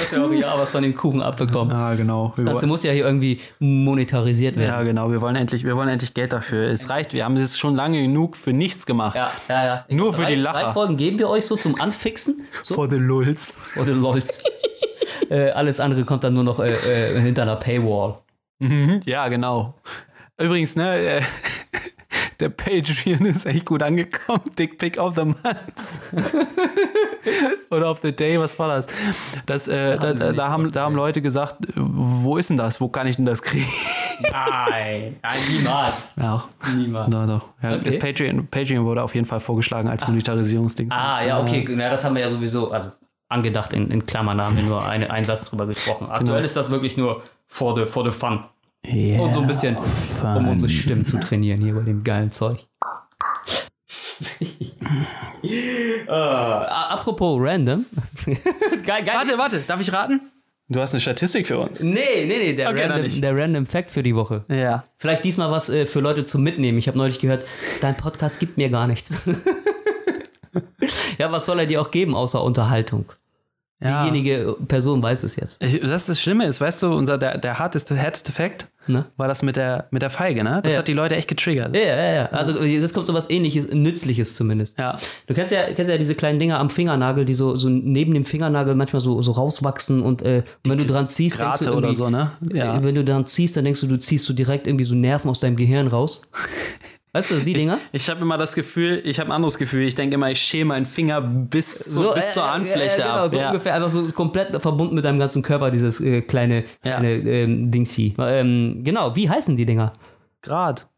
[SPEAKER 1] Dass wir auch ja was von dem Kuchen abbekommen.
[SPEAKER 2] Ah, genau. Wir
[SPEAKER 1] Das Ganze muss ja hier irgendwie monetarisiert werden.
[SPEAKER 2] ja, genau. Wir wollen, endlich, wir wollen endlich Geld dafür. Es reicht. Wir haben es jetzt schon lange genug für nichts gemacht.
[SPEAKER 1] Ja, ja, ja. Ich
[SPEAKER 2] Nur
[SPEAKER 1] glaub,
[SPEAKER 2] für
[SPEAKER 1] drei,
[SPEAKER 2] die Lacher.
[SPEAKER 1] Drei Folgen geben wir euch so zum Anfixen. So.
[SPEAKER 2] For the Lulz.
[SPEAKER 1] Oder LOLs. äh, alles andere kommt dann nur noch äh, äh, hinter einer Paywall.
[SPEAKER 2] Ja, genau. Übrigens, ne, äh, der Patreon ist echt gut angekommen. Dick Pick of the Month. Oder of the Day, was war das? das, äh, da, da, da, haben, da haben Leute gesagt, wo ist denn das? Wo kann ich denn das kriegen?
[SPEAKER 1] Nein, nein niemals.
[SPEAKER 2] Ja,
[SPEAKER 1] Niemals.
[SPEAKER 2] doch, doch. Ja,
[SPEAKER 1] Okay.
[SPEAKER 2] das Patreon, Patreon wurde auf jeden Fall vorgeschlagen als Monetarisierungsding.
[SPEAKER 1] Ah, ja, okay, na, das haben wir ja sowieso, also angedacht, in, in Klammern haben wir nur eine, einen Satz drüber gesprochen. Aktuell ist das wirklich nur for the, for the fun. Und so ein bisschen, um unsere Stimmen zu trainieren hier bei dem geilen Zeug.
[SPEAKER 2] Ah.
[SPEAKER 1] Äh, a- apropos random. geil, geil.
[SPEAKER 2] Warte, warte, darf ich raten? Du hast eine Statistik für uns.
[SPEAKER 1] Nee, nee, nee, der,
[SPEAKER 2] Okay, dann
[SPEAKER 1] random,
[SPEAKER 2] nicht.
[SPEAKER 1] der random Fact für die Woche.
[SPEAKER 2] Ja.
[SPEAKER 1] Vielleicht diesmal was äh, für Leute zum Mitnehmen. Ich habe neulich gehört, dein Podcast gibt mir gar nichts. ja, was soll er dir auch geben, außer Unterhaltung?
[SPEAKER 2] ja.
[SPEAKER 1] Diejenige Person weiß es jetzt.
[SPEAKER 2] Ich, das ist das Schlimme ist, weißt du, unser, der, der härteste, härteste Fact
[SPEAKER 1] Ne?
[SPEAKER 2] war das mit der, mit der Feige, ne? Das
[SPEAKER 1] Ja.
[SPEAKER 2] hat die Leute echt getriggert.
[SPEAKER 1] Ja, ja, ja. Also jetzt kommt so was ähnliches, Nützliches zumindest.
[SPEAKER 2] Ja.
[SPEAKER 1] Du kennst ja, kennst ja diese kleinen Dinger am Fingernagel, die so, so neben dem Fingernagel manchmal so, so rauswachsen und äh, wenn du dran ziehst, denkst du
[SPEAKER 2] Rate oder
[SPEAKER 1] irgendwie-
[SPEAKER 2] so, ne? Ja.
[SPEAKER 1] Wenn du dran ziehst, dann denkst du, du ziehst so direkt irgendwie so Nerven aus deinem Gehirn raus. Weißt du, die Dinger?
[SPEAKER 2] Ich habe immer das Gefühl, ich habe ein anderes Gefühl. Ich denke immer, ich schäme meinen Finger bis, zu,
[SPEAKER 1] So,
[SPEAKER 2] bis
[SPEAKER 1] äh,
[SPEAKER 2] zur Handfläche
[SPEAKER 1] ja, ja, genau,
[SPEAKER 2] ab.
[SPEAKER 1] so
[SPEAKER 2] ja.
[SPEAKER 1] ungefähr. Einfach so komplett verbunden mit deinem ganzen Körper, dieses äh, kleine,
[SPEAKER 2] Ja.
[SPEAKER 1] kleine ähm, Dings hier. Ähm, genau, wie heißen die Dinger?
[SPEAKER 2] Grad.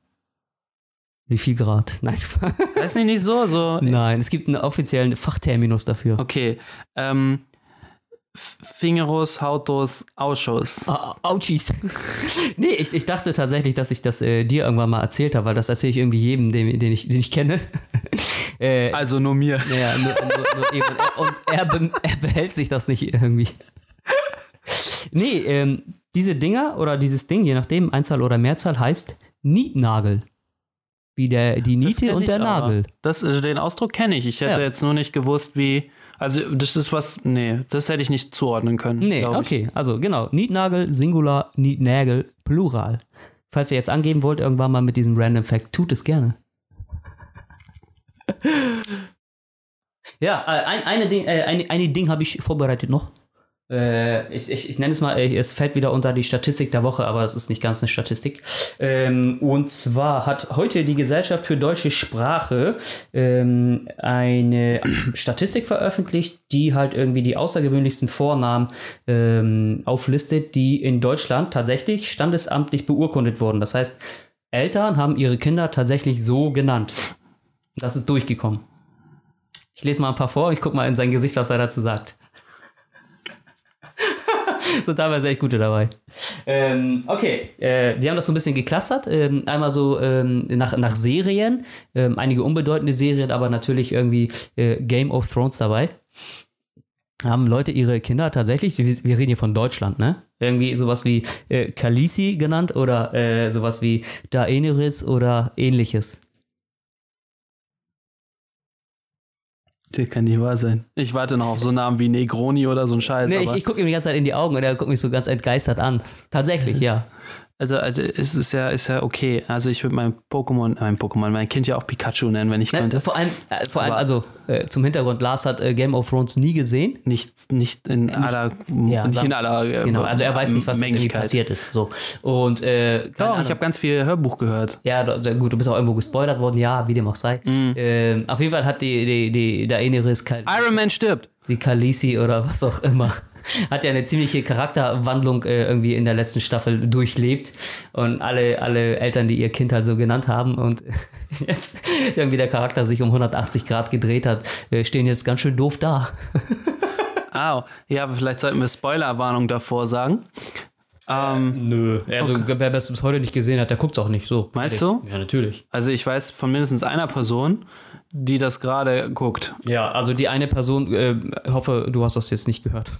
[SPEAKER 1] Wie viel Grad? Nein,
[SPEAKER 2] Weiß nicht, nicht so, so.
[SPEAKER 1] nein, es gibt einen offiziellen Fachterminus dafür.
[SPEAKER 2] Okay. Ähm, F- Fingerus, Hautus, Ausschuss.
[SPEAKER 1] Ah, Autschis. nee, ich, ich dachte tatsächlich, dass ich das äh, dir irgendwann mal erzählt habe, weil das erzähle ich irgendwie jedem, den, den, ich, den ich kenne. äh,
[SPEAKER 2] Also nur mir.
[SPEAKER 1] naja, nur, nur, nur eben. Und er, be er behält sich das nicht irgendwie. Nee, ähm, diese Dinger oder dieses Ding, je nachdem, Einzahl oder Mehrzahl, heißt Nietnagel. Wie der, die
[SPEAKER 2] Das
[SPEAKER 1] Niete
[SPEAKER 2] kenn
[SPEAKER 1] und
[SPEAKER 2] ich
[SPEAKER 1] der
[SPEAKER 2] aber.
[SPEAKER 1] Nagel.
[SPEAKER 2] Das, also den Ausdruck kenne ich. Ich hätte
[SPEAKER 1] Ja.
[SPEAKER 2] jetzt nur nicht gewusst, wie. Also, das ist was. Nee, das hätte ich nicht zuordnen können.
[SPEAKER 1] Nee,
[SPEAKER 2] glaub ich.
[SPEAKER 1] okay, also genau. Nietnagel, Singular, Nietnägel, Plural. Falls ihr jetzt angeben wollt, irgendwann mal mit diesem Random Fact, tut es gerne. ja, äh, ein, eine Ding, äh, eine, eine Ding habe ich vorbereitet noch. Äh, ich ich, ich nenne es mal, äh, es fällt wieder unter die Statistik der Woche, aber es ist nicht ganz eine Statistik. Ähm, und zwar hat heute die Gesellschaft für deutsche Sprache ähm, eine Statistik veröffentlicht, die halt irgendwie die außergewöhnlichsten Vornamen ähm, auflistet, die in Deutschland tatsächlich standesamtlich beurkundet wurden. Das heißt, Eltern haben ihre Kinder tatsächlich so genannt. Das ist durchgekommen. Ich lese mal ein paar vor, ich gucke mal in sein Gesicht, was er dazu sagt. Sind teilweise echt gute dabei. Ähm, okay, äh, die haben das so ein bisschen geklustert. Ähm, einmal so ähm, nach, nach Serien, ähm, einige unbedeutende Serien, aber natürlich irgendwie äh, Game of Thrones dabei. Haben Leute ihre Kinder tatsächlich, wir, wir reden hier von Deutschland, ne? Irgendwie sowas wie äh, Kalisi genannt oder äh, sowas wie Daenerys oder ähnliches.
[SPEAKER 2] Das kann nicht wahr sein. Ich warte noch auf so Namen wie Negroni oder so ein Scheiß.
[SPEAKER 1] Nee, ich,
[SPEAKER 2] aber
[SPEAKER 1] ich gucke ihm die ganze Zeit in die Augen und er guckt mich so ganz entgeistert an.
[SPEAKER 2] Mhm.
[SPEAKER 1] Tatsächlich, ja.
[SPEAKER 2] also, also es ist ja, ist ja okay. Also ich würde mein Pokémon, mein Pokémon, mein Kind ja auch Pikachu nennen, wenn ich
[SPEAKER 1] Ne,
[SPEAKER 2] könnte.
[SPEAKER 1] vor allem, äh, vor allem
[SPEAKER 2] Aber-
[SPEAKER 1] also äh, zum Hintergrund, Lars hat äh, Game of Thrones nie gesehen.
[SPEAKER 2] Nicht, nicht in aller,
[SPEAKER 1] ja,
[SPEAKER 2] nicht
[SPEAKER 1] sag-
[SPEAKER 2] in aller äh,
[SPEAKER 1] Genau, also er weiß nicht, was irgendwie
[SPEAKER 2] Männlichkeit.
[SPEAKER 1] passiert ist. So. Und äh, keine
[SPEAKER 2] Doch,
[SPEAKER 1] Ahnung.
[SPEAKER 2] ich habe ganz viel Hörbuch gehört.
[SPEAKER 1] Ja, da- da- gut, du bist auch irgendwo gespoilert worden, ja, wie dem auch sei. Ähm, auf jeden Fall hat die, die, die Daenerys, Kal
[SPEAKER 2] Iron Man stirbt.
[SPEAKER 1] die Khaleesi oder was auch immer, hat ja eine ziemliche Charakterwandlung äh, irgendwie in der letzten Staffel durchlebt. Und alle, alle Eltern, die ihr Kind halt so genannt haben und jetzt irgendwie der Charakter sich um 180 Grad gedreht hat, äh, stehen jetzt ganz schön doof da.
[SPEAKER 2] Au. Ja, aber vielleicht sollten wir Spoilerwarnung davor sagen. Ähm,
[SPEAKER 1] Nö, also wer das bis heute nicht gesehen hat, der guckt's auch nicht so.
[SPEAKER 2] Meinst du?
[SPEAKER 1] Ja, natürlich.
[SPEAKER 2] also ich weiß von mindestens einer Person, die das gerade guckt.
[SPEAKER 1] Ja, also die eine Person, äh, hoffe, du hast das jetzt nicht gehört.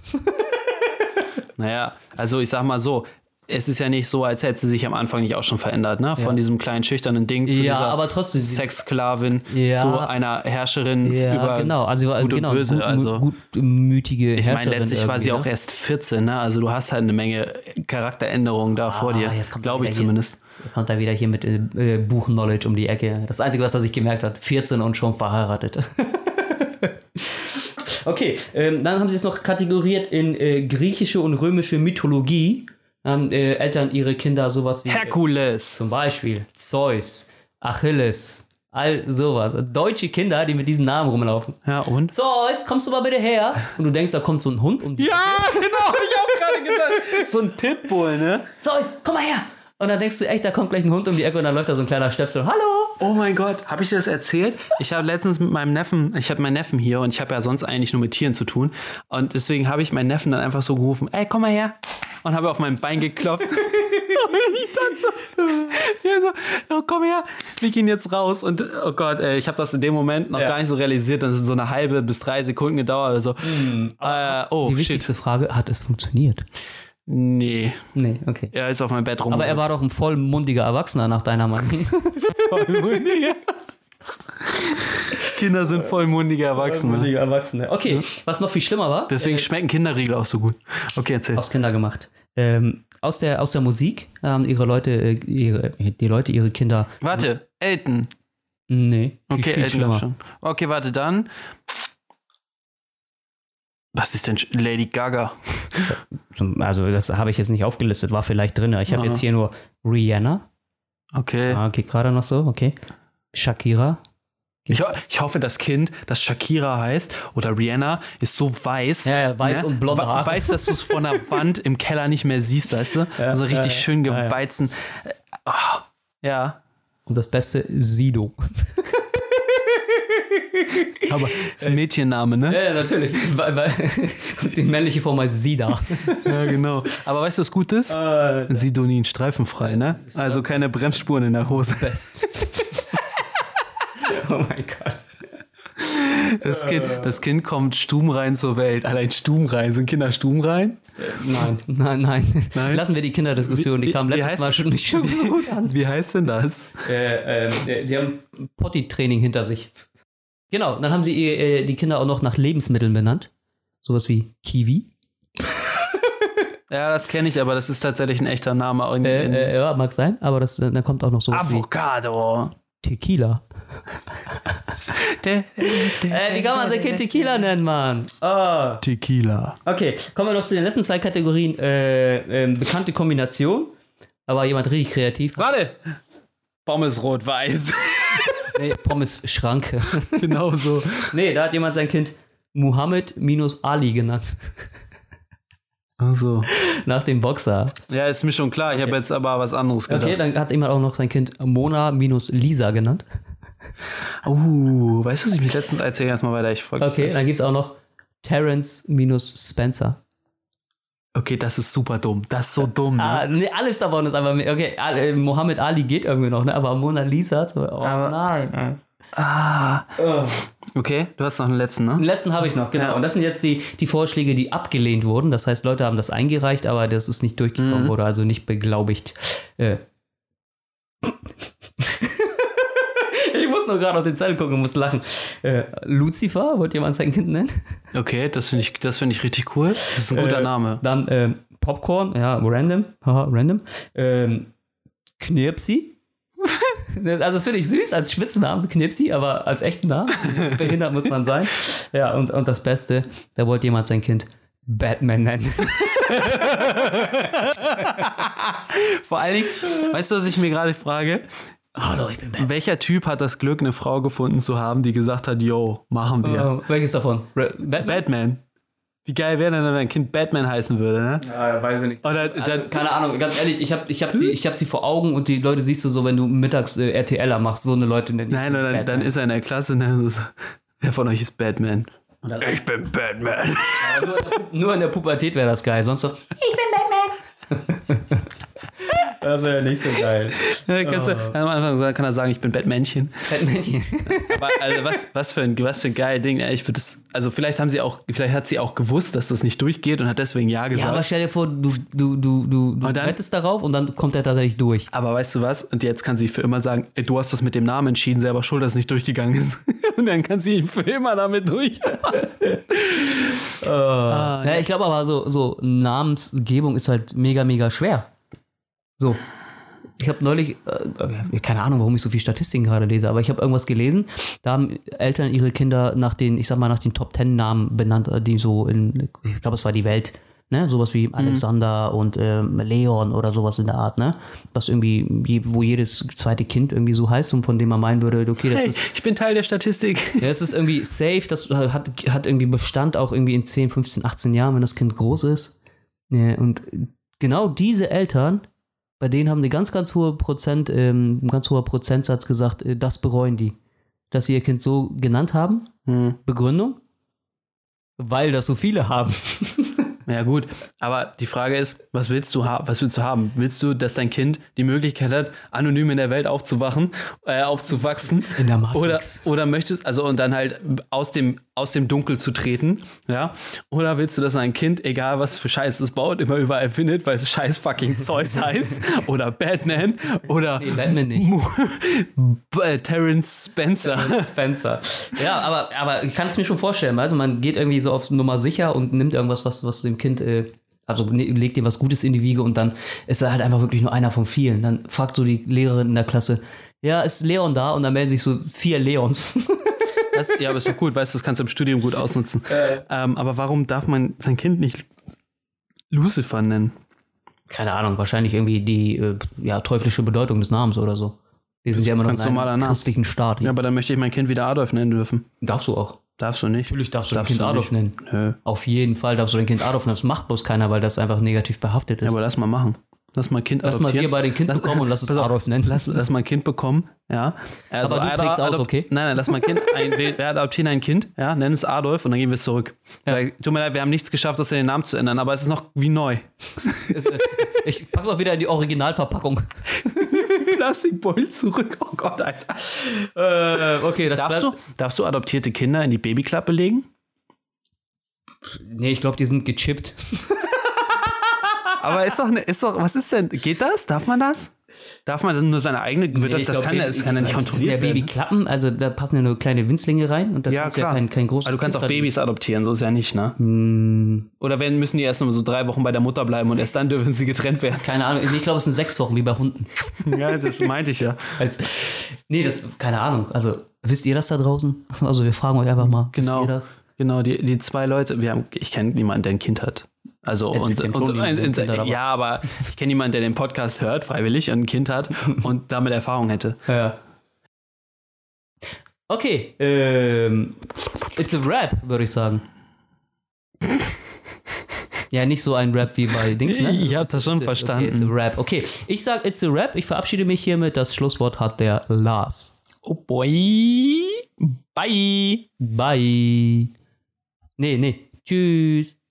[SPEAKER 2] Naja, also ich sag mal so, es ist ja nicht so, als hätte sie sich am Anfang nicht auch schon verändert, ne? Von diesem kleinen schüchternen Ding zu
[SPEAKER 1] Ja,
[SPEAKER 2] dieser
[SPEAKER 1] aber trotzdem. sie-
[SPEAKER 2] Sexsklavin
[SPEAKER 1] Ja.
[SPEAKER 2] zu einer Herrscherin
[SPEAKER 1] Ja,
[SPEAKER 2] über
[SPEAKER 1] genau. Also, also
[SPEAKER 2] Gut und
[SPEAKER 1] genau,
[SPEAKER 2] Böse,
[SPEAKER 1] gut,
[SPEAKER 2] also.
[SPEAKER 1] gutmütige
[SPEAKER 2] Ich meine, letztlich war sie auch erst 14, ne? Also du hast halt eine Menge Charakteränderungen da vor dir.
[SPEAKER 1] Ah, jetzt kommt
[SPEAKER 2] Glaube ich
[SPEAKER 1] wieder hier-
[SPEAKER 2] zumindest.
[SPEAKER 1] ne? Kommt da wieder hier mit äh, äh, Buch-Knowledge um die Ecke. Das Einzige, was er sich gemerkt hat, 14 und schon verheiratet. okay, ähm, dann haben sie es noch kategoriert in äh, griechische und römische Mythologie. Haben äh, Eltern ihre Kinder sowas wie...
[SPEAKER 2] Herkules!
[SPEAKER 1] Zum Beispiel Zeus, Achilles, all sowas. Deutsche Kinder, die mit diesen Namen rumlaufen.
[SPEAKER 2] Ja, und?
[SPEAKER 1] Zeus, kommst du mal bitte her? Und du denkst, da kommt so ein Hund um die.
[SPEAKER 2] genau, hab ich auch gerade gedacht. So ein Pitbull, ne?
[SPEAKER 1] Zeus, komm mal her! Und dann denkst du echt, da kommt gleich ein Hund um die Ecke und dann läuft da so ein kleiner Stöpsel. Hallo!
[SPEAKER 2] Oh mein Gott, habe ich dir das erzählt? Ich habe letztens mit meinem Neffen, ich habe meinen Neffen hier und ich habe ja sonst eigentlich nur mit Tieren zu tun. Und deswegen habe ich meinen Neffen dann einfach so gerufen, ey, komm mal her. Und habe auf Oh, mein Bein geklopft. und ich dann so, ja, so, oh, komm her, wir gehen jetzt raus. Und oh Gott, ey, ich habe das in dem Moment noch
[SPEAKER 1] Ja.
[SPEAKER 2] gar nicht so realisiert. Das ist so eine halbe bis drei Sekunden gedauert oder so. äh,
[SPEAKER 1] Hm,
[SPEAKER 2] oh,
[SPEAKER 1] Die
[SPEAKER 2] shit.
[SPEAKER 1] wichtigste Frage, hat es funktioniert?
[SPEAKER 2] Nee,
[SPEAKER 1] Nee, okay.
[SPEAKER 2] er ist auf meinem Bett rum.
[SPEAKER 1] Aber er war doch ein vollmundiger Erwachsener nach deiner Meinung.
[SPEAKER 2] vollmundiger. Kinder sind vollmundige Erwachsene.
[SPEAKER 1] Erwachsene. Okay, was noch viel schlimmer war,
[SPEAKER 2] Deswegen schmecken Kinderriegel auch so gut. Okay, erzähl.
[SPEAKER 1] aus Kinder gemacht. Ähm, aus, der, aus der Musik haben ihre Leute, äh, ihre, die Leute ihre Kinder.
[SPEAKER 2] Warte, Elton.
[SPEAKER 1] Nee, viel,
[SPEAKER 2] Okay,
[SPEAKER 1] viel
[SPEAKER 2] Elton
[SPEAKER 1] schlimmer.
[SPEAKER 2] schon. Okay, warte, dann. Was ist denn Sch- Lady Gaga?
[SPEAKER 1] Zum- Also, das habe ich jetzt nicht aufgelistet, war vielleicht drin. Ich habe
[SPEAKER 2] Ah.
[SPEAKER 1] jetzt hier nur Rihanna.
[SPEAKER 2] Okay.
[SPEAKER 1] Ah, geht gerade noch so, okay. Shakira.
[SPEAKER 2] Ich, ho- ich hoffe, das Kind, das Shakira heißt oder Rihanna, ist so weiß.
[SPEAKER 1] Ja, ja, weiß und blonde
[SPEAKER 2] We-
[SPEAKER 1] Haare.
[SPEAKER 2] Weiß, dass du es von der Wand im Keller nicht mehr siehst, weißt du? also richtig schön geweizen. Äh, ah, ja.
[SPEAKER 1] Und das Beste, Sido.
[SPEAKER 2] Aber ist ein Mädchenname, ne?
[SPEAKER 1] Ja, ja, natürlich. Weil, weil, die männliche Form heißt Sida.
[SPEAKER 2] Ja, genau. Aber weißt du, was gut
[SPEAKER 1] Ah.
[SPEAKER 2] ist?
[SPEAKER 1] Äh,
[SPEAKER 2] Sidonin streifenfrei, ne? Also keine Bremsspuren in der Hose.
[SPEAKER 1] Best. oh mein Gott.
[SPEAKER 2] Das kind, das kind kommt stubenrein zur Welt. Allein stubenrein. Sind Kinder stubenrein?
[SPEAKER 1] Nein. Nein, nein.
[SPEAKER 2] Nein?
[SPEAKER 1] Lassen wir die Kinderdiskussion, die
[SPEAKER 2] Wie-
[SPEAKER 1] kam
[SPEAKER 2] wie
[SPEAKER 1] letztes
[SPEAKER 2] heißt-
[SPEAKER 1] Mal schon nicht schon so gut an.
[SPEAKER 2] Wie heißt denn das?
[SPEAKER 1] Äh, ähm, die, die haben Potty-Training hinter sich. Genau, dann haben sie ihr, äh, die Kinder auch noch nach Lebensmitteln benannt. Sowas wie Kiwi.
[SPEAKER 2] Ja, das kenne ich, aber das ist tatsächlich ein echter Name. In,
[SPEAKER 1] Äh,
[SPEAKER 2] in
[SPEAKER 1] äh, ja, mag sein, aber das, äh, dann kommt auch noch sowas
[SPEAKER 2] Avocado.
[SPEAKER 1] wie Tequila.
[SPEAKER 2] De,
[SPEAKER 1] Äh, wie kann man sein Kind Tequila nennen, Mann? Oh.
[SPEAKER 2] Tequila.
[SPEAKER 1] Okay, kommen wir noch zu den letzten zwei Kategorien. Äh, ähm, bekannte Kombination, aber jemand richtig kreativ.
[SPEAKER 2] Warte! Pommes rot-weiß.
[SPEAKER 1] Nee, Pommes-Schranke.
[SPEAKER 2] genau so.
[SPEAKER 1] nee, da hat jemand sein Kind Muhammad minus Ali genannt.
[SPEAKER 2] Also.
[SPEAKER 1] Nach dem Boxer.
[SPEAKER 2] Ja, ist mir schon klar. Ich habe jetzt aber was anderes gedacht.
[SPEAKER 1] Okay, dann hat jemand auch noch sein Kind Mona minus Lisa genannt.
[SPEAKER 2] Uh, weißt du, was ich mich letztens erzähle? Erstmal weiter. Ich folge.
[SPEAKER 1] Okay, dann gibt es auch noch Terence minus Spencer.
[SPEAKER 2] okay, das ist super dumm. Das ist so dumm. Ne?
[SPEAKER 1] Ah, nee, alles davon ist einfach. mehr- Okay, Al- äh, Mohammed Ali geht irgendwie noch, ne? Aber Mona Lisa. So, oh
[SPEAKER 2] Aber-
[SPEAKER 1] nein.
[SPEAKER 2] Ah.
[SPEAKER 1] Oh.
[SPEAKER 2] Okay, du hast noch einen letzten, ne?
[SPEAKER 1] Den letzten habe ich noch, genau.
[SPEAKER 2] Ja.
[SPEAKER 1] Und das sind jetzt die, die Vorschläge, die abgelehnt wurden. Das heißt, Leute haben das eingereicht, aber das ist nicht durchgekommen
[SPEAKER 2] Mhm.
[SPEAKER 1] oder also nicht beglaubigt. Äh. ich muss nur gerade auf den Zettel gucken und muss lachen. Äh, Lucifer, wollte jemand sein Kind nennen?
[SPEAKER 2] Okay, das finde ich, das finde ich richtig cool. Das ist ein guter
[SPEAKER 1] Äh,
[SPEAKER 2] Name.
[SPEAKER 1] Dann ähm, Popcorn, ja, random. Haha, random. Ähm, Knirpsi. also, das finde ich süß als Spitznamen, Knirpsi, aber als echten Namen. Behindert muss man sein. Ja, und, und das Beste, da wollte jemand sein Kind Batman nennen.
[SPEAKER 2] Vor allen Dingen, weißt du, was ich mir gerade frage?
[SPEAKER 1] Hallo, Oh, ich bin Batman.
[SPEAKER 2] Welcher Typ hat das Glück, eine Frau gefunden zu haben, die gesagt hat, yo, machen
[SPEAKER 1] Oh,
[SPEAKER 2] wir.
[SPEAKER 1] welches davon? Ra- Batman?
[SPEAKER 2] Batman. Wie geil wäre denn, wenn dein Kind Batman heißen würde, ne?
[SPEAKER 1] ja, weiß ich nicht.
[SPEAKER 2] Oder dann,
[SPEAKER 1] Also, keine Ahnung, ganz ehrlich, ich habe ich hab
[SPEAKER 2] Hm?
[SPEAKER 1] sie, ich hab sie vor Augen und die Leute siehst du so, wenn du mittags äh, RTLer machst, so eine Leute nennen.
[SPEAKER 2] nein, oder dann, dann ist er in der Klasse, ne? so, Wer von euch ist Batman?
[SPEAKER 1] dann-
[SPEAKER 2] Ich bin Batman.
[SPEAKER 1] nur, nur in der Pubertät wäre das geil, sonst so. Ich bin Batman. Das wäre ja nicht so geil.
[SPEAKER 2] Dann Kannst du,
[SPEAKER 1] Oh.
[SPEAKER 2] am Anfang sagen- kann er sagen, ich bin Batmännchen.
[SPEAKER 1] Batmanchen.
[SPEAKER 2] Aber also was, was, für ein, was für ein geil Ding. ey. Ich würde das, also vielleicht haben sie auch, vielleicht hat sie auch gewusst, dass das nicht durchgeht und hat deswegen Ja
[SPEAKER 1] Ja,
[SPEAKER 2] gesagt.
[SPEAKER 1] aber stell dir vor, du, du, du, du, du
[SPEAKER 2] dann-
[SPEAKER 1] wettest darauf und dann kommt er tatsächlich durch.
[SPEAKER 2] Aber weißt du was? Und jetzt kann sie für immer sagen, ey, du hast das mit dem Namen entschieden, selber schuld, dass es nicht durchgegangen ist. Und dann kann sie für immer damit durch.
[SPEAKER 1] ja, ich glaube aber, so, so Namensgebung ist halt mega, mega schwer. So. Ich habe neulich, äh, keine Ahnung, warum ich so viel Statistiken gerade lese, aber ich habe irgendwas gelesen. Da haben Eltern ihre Kinder nach den, ich sag mal, nach den Top Ten Namen benannt, äh, die so in, ich glaube, es war die Welt Ne? Sowas wie Alexander und ähm, Leon oder sowas in der Art, ne? Was irgendwie, je- wo jedes zweite Kind irgendwie so heißt und von dem man meinen würde, okay, das
[SPEAKER 2] Hey,
[SPEAKER 1] ist.
[SPEAKER 2] ich bin Teil der Statistik.
[SPEAKER 1] Ja, es ist irgendwie safe, das hat, hat irgendwie Bestand auch irgendwie in 10, 15, 18 Jahren, wenn das Kind groß ist. Ja, und genau diese Eltern, bei denen haben die ganz, ganz hohe Prozent, ähm, ein ganz hoher Prozentsatz gesagt, äh, das bereuen die. Dass sie ihr Kind so genannt haben. Begründung? Weil das so viele haben.
[SPEAKER 2] Ja, gut. Aber die Frage ist, was willst du, ha was willst du haben? Willst du, dass dein Kind die Möglichkeit hat, anonym in der Welt aufzuwachen, äh, aufzuwachsen?
[SPEAKER 1] In der
[SPEAKER 2] Oder,
[SPEAKER 1] Matrix.
[SPEAKER 2] oder möchtest, also und dann halt aus dem, aus dem Dunkel zu treten, ja? Oder willst du, dass ein Kind, egal was für Scheiß es baut, immer überall findet, weil es scheiß fucking Zeus heißt? Oder Batman? Oder
[SPEAKER 1] Batman nicht.
[SPEAKER 2] Mu- B- äh, Terence Spencer?
[SPEAKER 1] Spencer. Ja, aber, aber ich kann es mir schon vorstellen. Also man geht irgendwie so auf Nummer sicher und nimmt irgendwas, was, was dem Kind, äh, also ne- legt ihm was Gutes in die Wiege und dann ist er halt einfach wirklich nur einer von vielen. Dann fragt so die Lehrerin in der Klasse, ja, ist Leon da? Und dann melden sich so vier Leons.
[SPEAKER 2] Das, ja, aber ist doch gut, weißt du, das kannst du im Studium gut ausnutzen. Ähm, aber warum darf man sein Kind nicht Lucifer nennen?
[SPEAKER 1] Keine Ahnung, wahrscheinlich irgendwie die äh, ja, teuflische Bedeutung des Namens oder so. Wir sind ja immer noch in
[SPEAKER 2] Ganz normaler
[SPEAKER 1] einem
[SPEAKER 2] Name.
[SPEAKER 1] christlichen Staat.
[SPEAKER 2] Ja, aber dann möchte ich mein Kind wieder Adolf nennen dürfen.
[SPEAKER 1] Darfst du auch.
[SPEAKER 2] Darfst du nicht?
[SPEAKER 1] Natürlich darfst du
[SPEAKER 2] Darfst
[SPEAKER 1] dein Kind
[SPEAKER 2] du
[SPEAKER 1] Adolf nennen.
[SPEAKER 2] Nö.
[SPEAKER 1] Auf jeden Fall darfst du dein Kind Adolf nennen. Das macht bloß keiner, weil das einfach negativ behaftet ist.
[SPEAKER 2] Ja, aber lass mal machen. Lass mal ein Kind
[SPEAKER 1] Lass mal
[SPEAKER 2] adoptieren.
[SPEAKER 1] wir beide ein Kind
[SPEAKER 2] Lass-
[SPEAKER 1] bekommen und lass es
[SPEAKER 2] Pass auf,
[SPEAKER 1] Adolf nennen.
[SPEAKER 2] Lass, lass mal ein Kind bekommen, ja. Also
[SPEAKER 1] Aber du
[SPEAKER 2] Adolf-
[SPEAKER 1] trägst aus,
[SPEAKER 2] Adolf-
[SPEAKER 1] okay?
[SPEAKER 2] Nein, nein, lass mal ein Kind, ein, wir wir adoptieren ein Kind, ja, nennen es Adolf und dann gehen wir es zurück. Sag, tut mir leid, wir haben nichts geschafft, außer den Namen zu ändern, aber es ist noch wie neu.
[SPEAKER 1] Ist, äh, ich pack's auch wieder in die Originalverpackung.
[SPEAKER 2] Plastikbeul zurück, oh Gott, Alter.
[SPEAKER 1] Äh,
[SPEAKER 2] Äh,
[SPEAKER 1] okay, das
[SPEAKER 2] Darfst du, darfst du adoptierte Kinder in die Babyklappe legen?
[SPEAKER 1] Nee, ich glaube, die sind gechippt.
[SPEAKER 2] Aber ist doch, ne, ist doch, was ist denn, geht das? Darf man das? Darf man dann nur seine eigene, wird
[SPEAKER 1] ich
[SPEAKER 2] das, das,
[SPEAKER 1] glaub,
[SPEAKER 2] kann, ja- das kann ja nicht
[SPEAKER 1] sind ja
[SPEAKER 2] kontrolliert werden.
[SPEAKER 1] Babyklappen, also da passen ja nur kleine Winzlinge rein und da
[SPEAKER 2] Ja,
[SPEAKER 1] ist
[SPEAKER 2] klar.
[SPEAKER 1] ja kein, kein großes.
[SPEAKER 2] also du kannst
[SPEAKER 1] Kind
[SPEAKER 2] auch
[SPEAKER 1] dran.
[SPEAKER 2] Babys adoptieren, so ist ja nicht, ne? Oder wenn, müssen die erst nur so drei Wochen bei der Mutter bleiben und erst dann dürfen sie getrennt werden?
[SPEAKER 1] Keine Ahnung, ich glaube, es sind sechs Wochen wie bei Hunden.
[SPEAKER 2] ja, das meinte ich ja.
[SPEAKER 1] Also, nee, das, keine Ahnung. Also, wisst ihr das da draußen? Also, wir fragen euch einfach mal. Wisst
[SPEAKER 2] Genau.
[SPEAKER 1] ihr das?
[SPEAKER 2] Genau, die, die zwei Leute, wir haben, ich kenne niemanden, der ein Kind hat. Also
[SPEAKER 1] ich
[SPEAKER 2] und,
[SPEAKER 1] kenn
[SPEAKER 2] und,
[SPEAKER 1] schon
[SPEAKER 2] und,
[SPEAKER 1] jemanden, der ein Kind hat, aber-
[SPEAKER 2] ja, aber ich kenne niemanden, der den Podcast hört, freiwillig, und ein Kind hat und damit Erfahrung hätte.
[SPEAKER 1] Ja. Okay, ähm, it's a rap, würde ich sagen. Ja, nicht so ein Rap wie bei Dings, ne?
[SPEAKER 2] Ich hab das schon
[SPEAKER 1] It's a-
[SPEAKER 2] verstanden.
[SPEAKER 1] Okay, it's a rap. Okay, ich sag it's a rap. Ich verabschiede mich hiermit. Das Schlusswort hat der Lars.
[SPEAKER 2] Oh boy. Bye.
[SPEAKER 1] Bye. Nee, nee. Tschüss.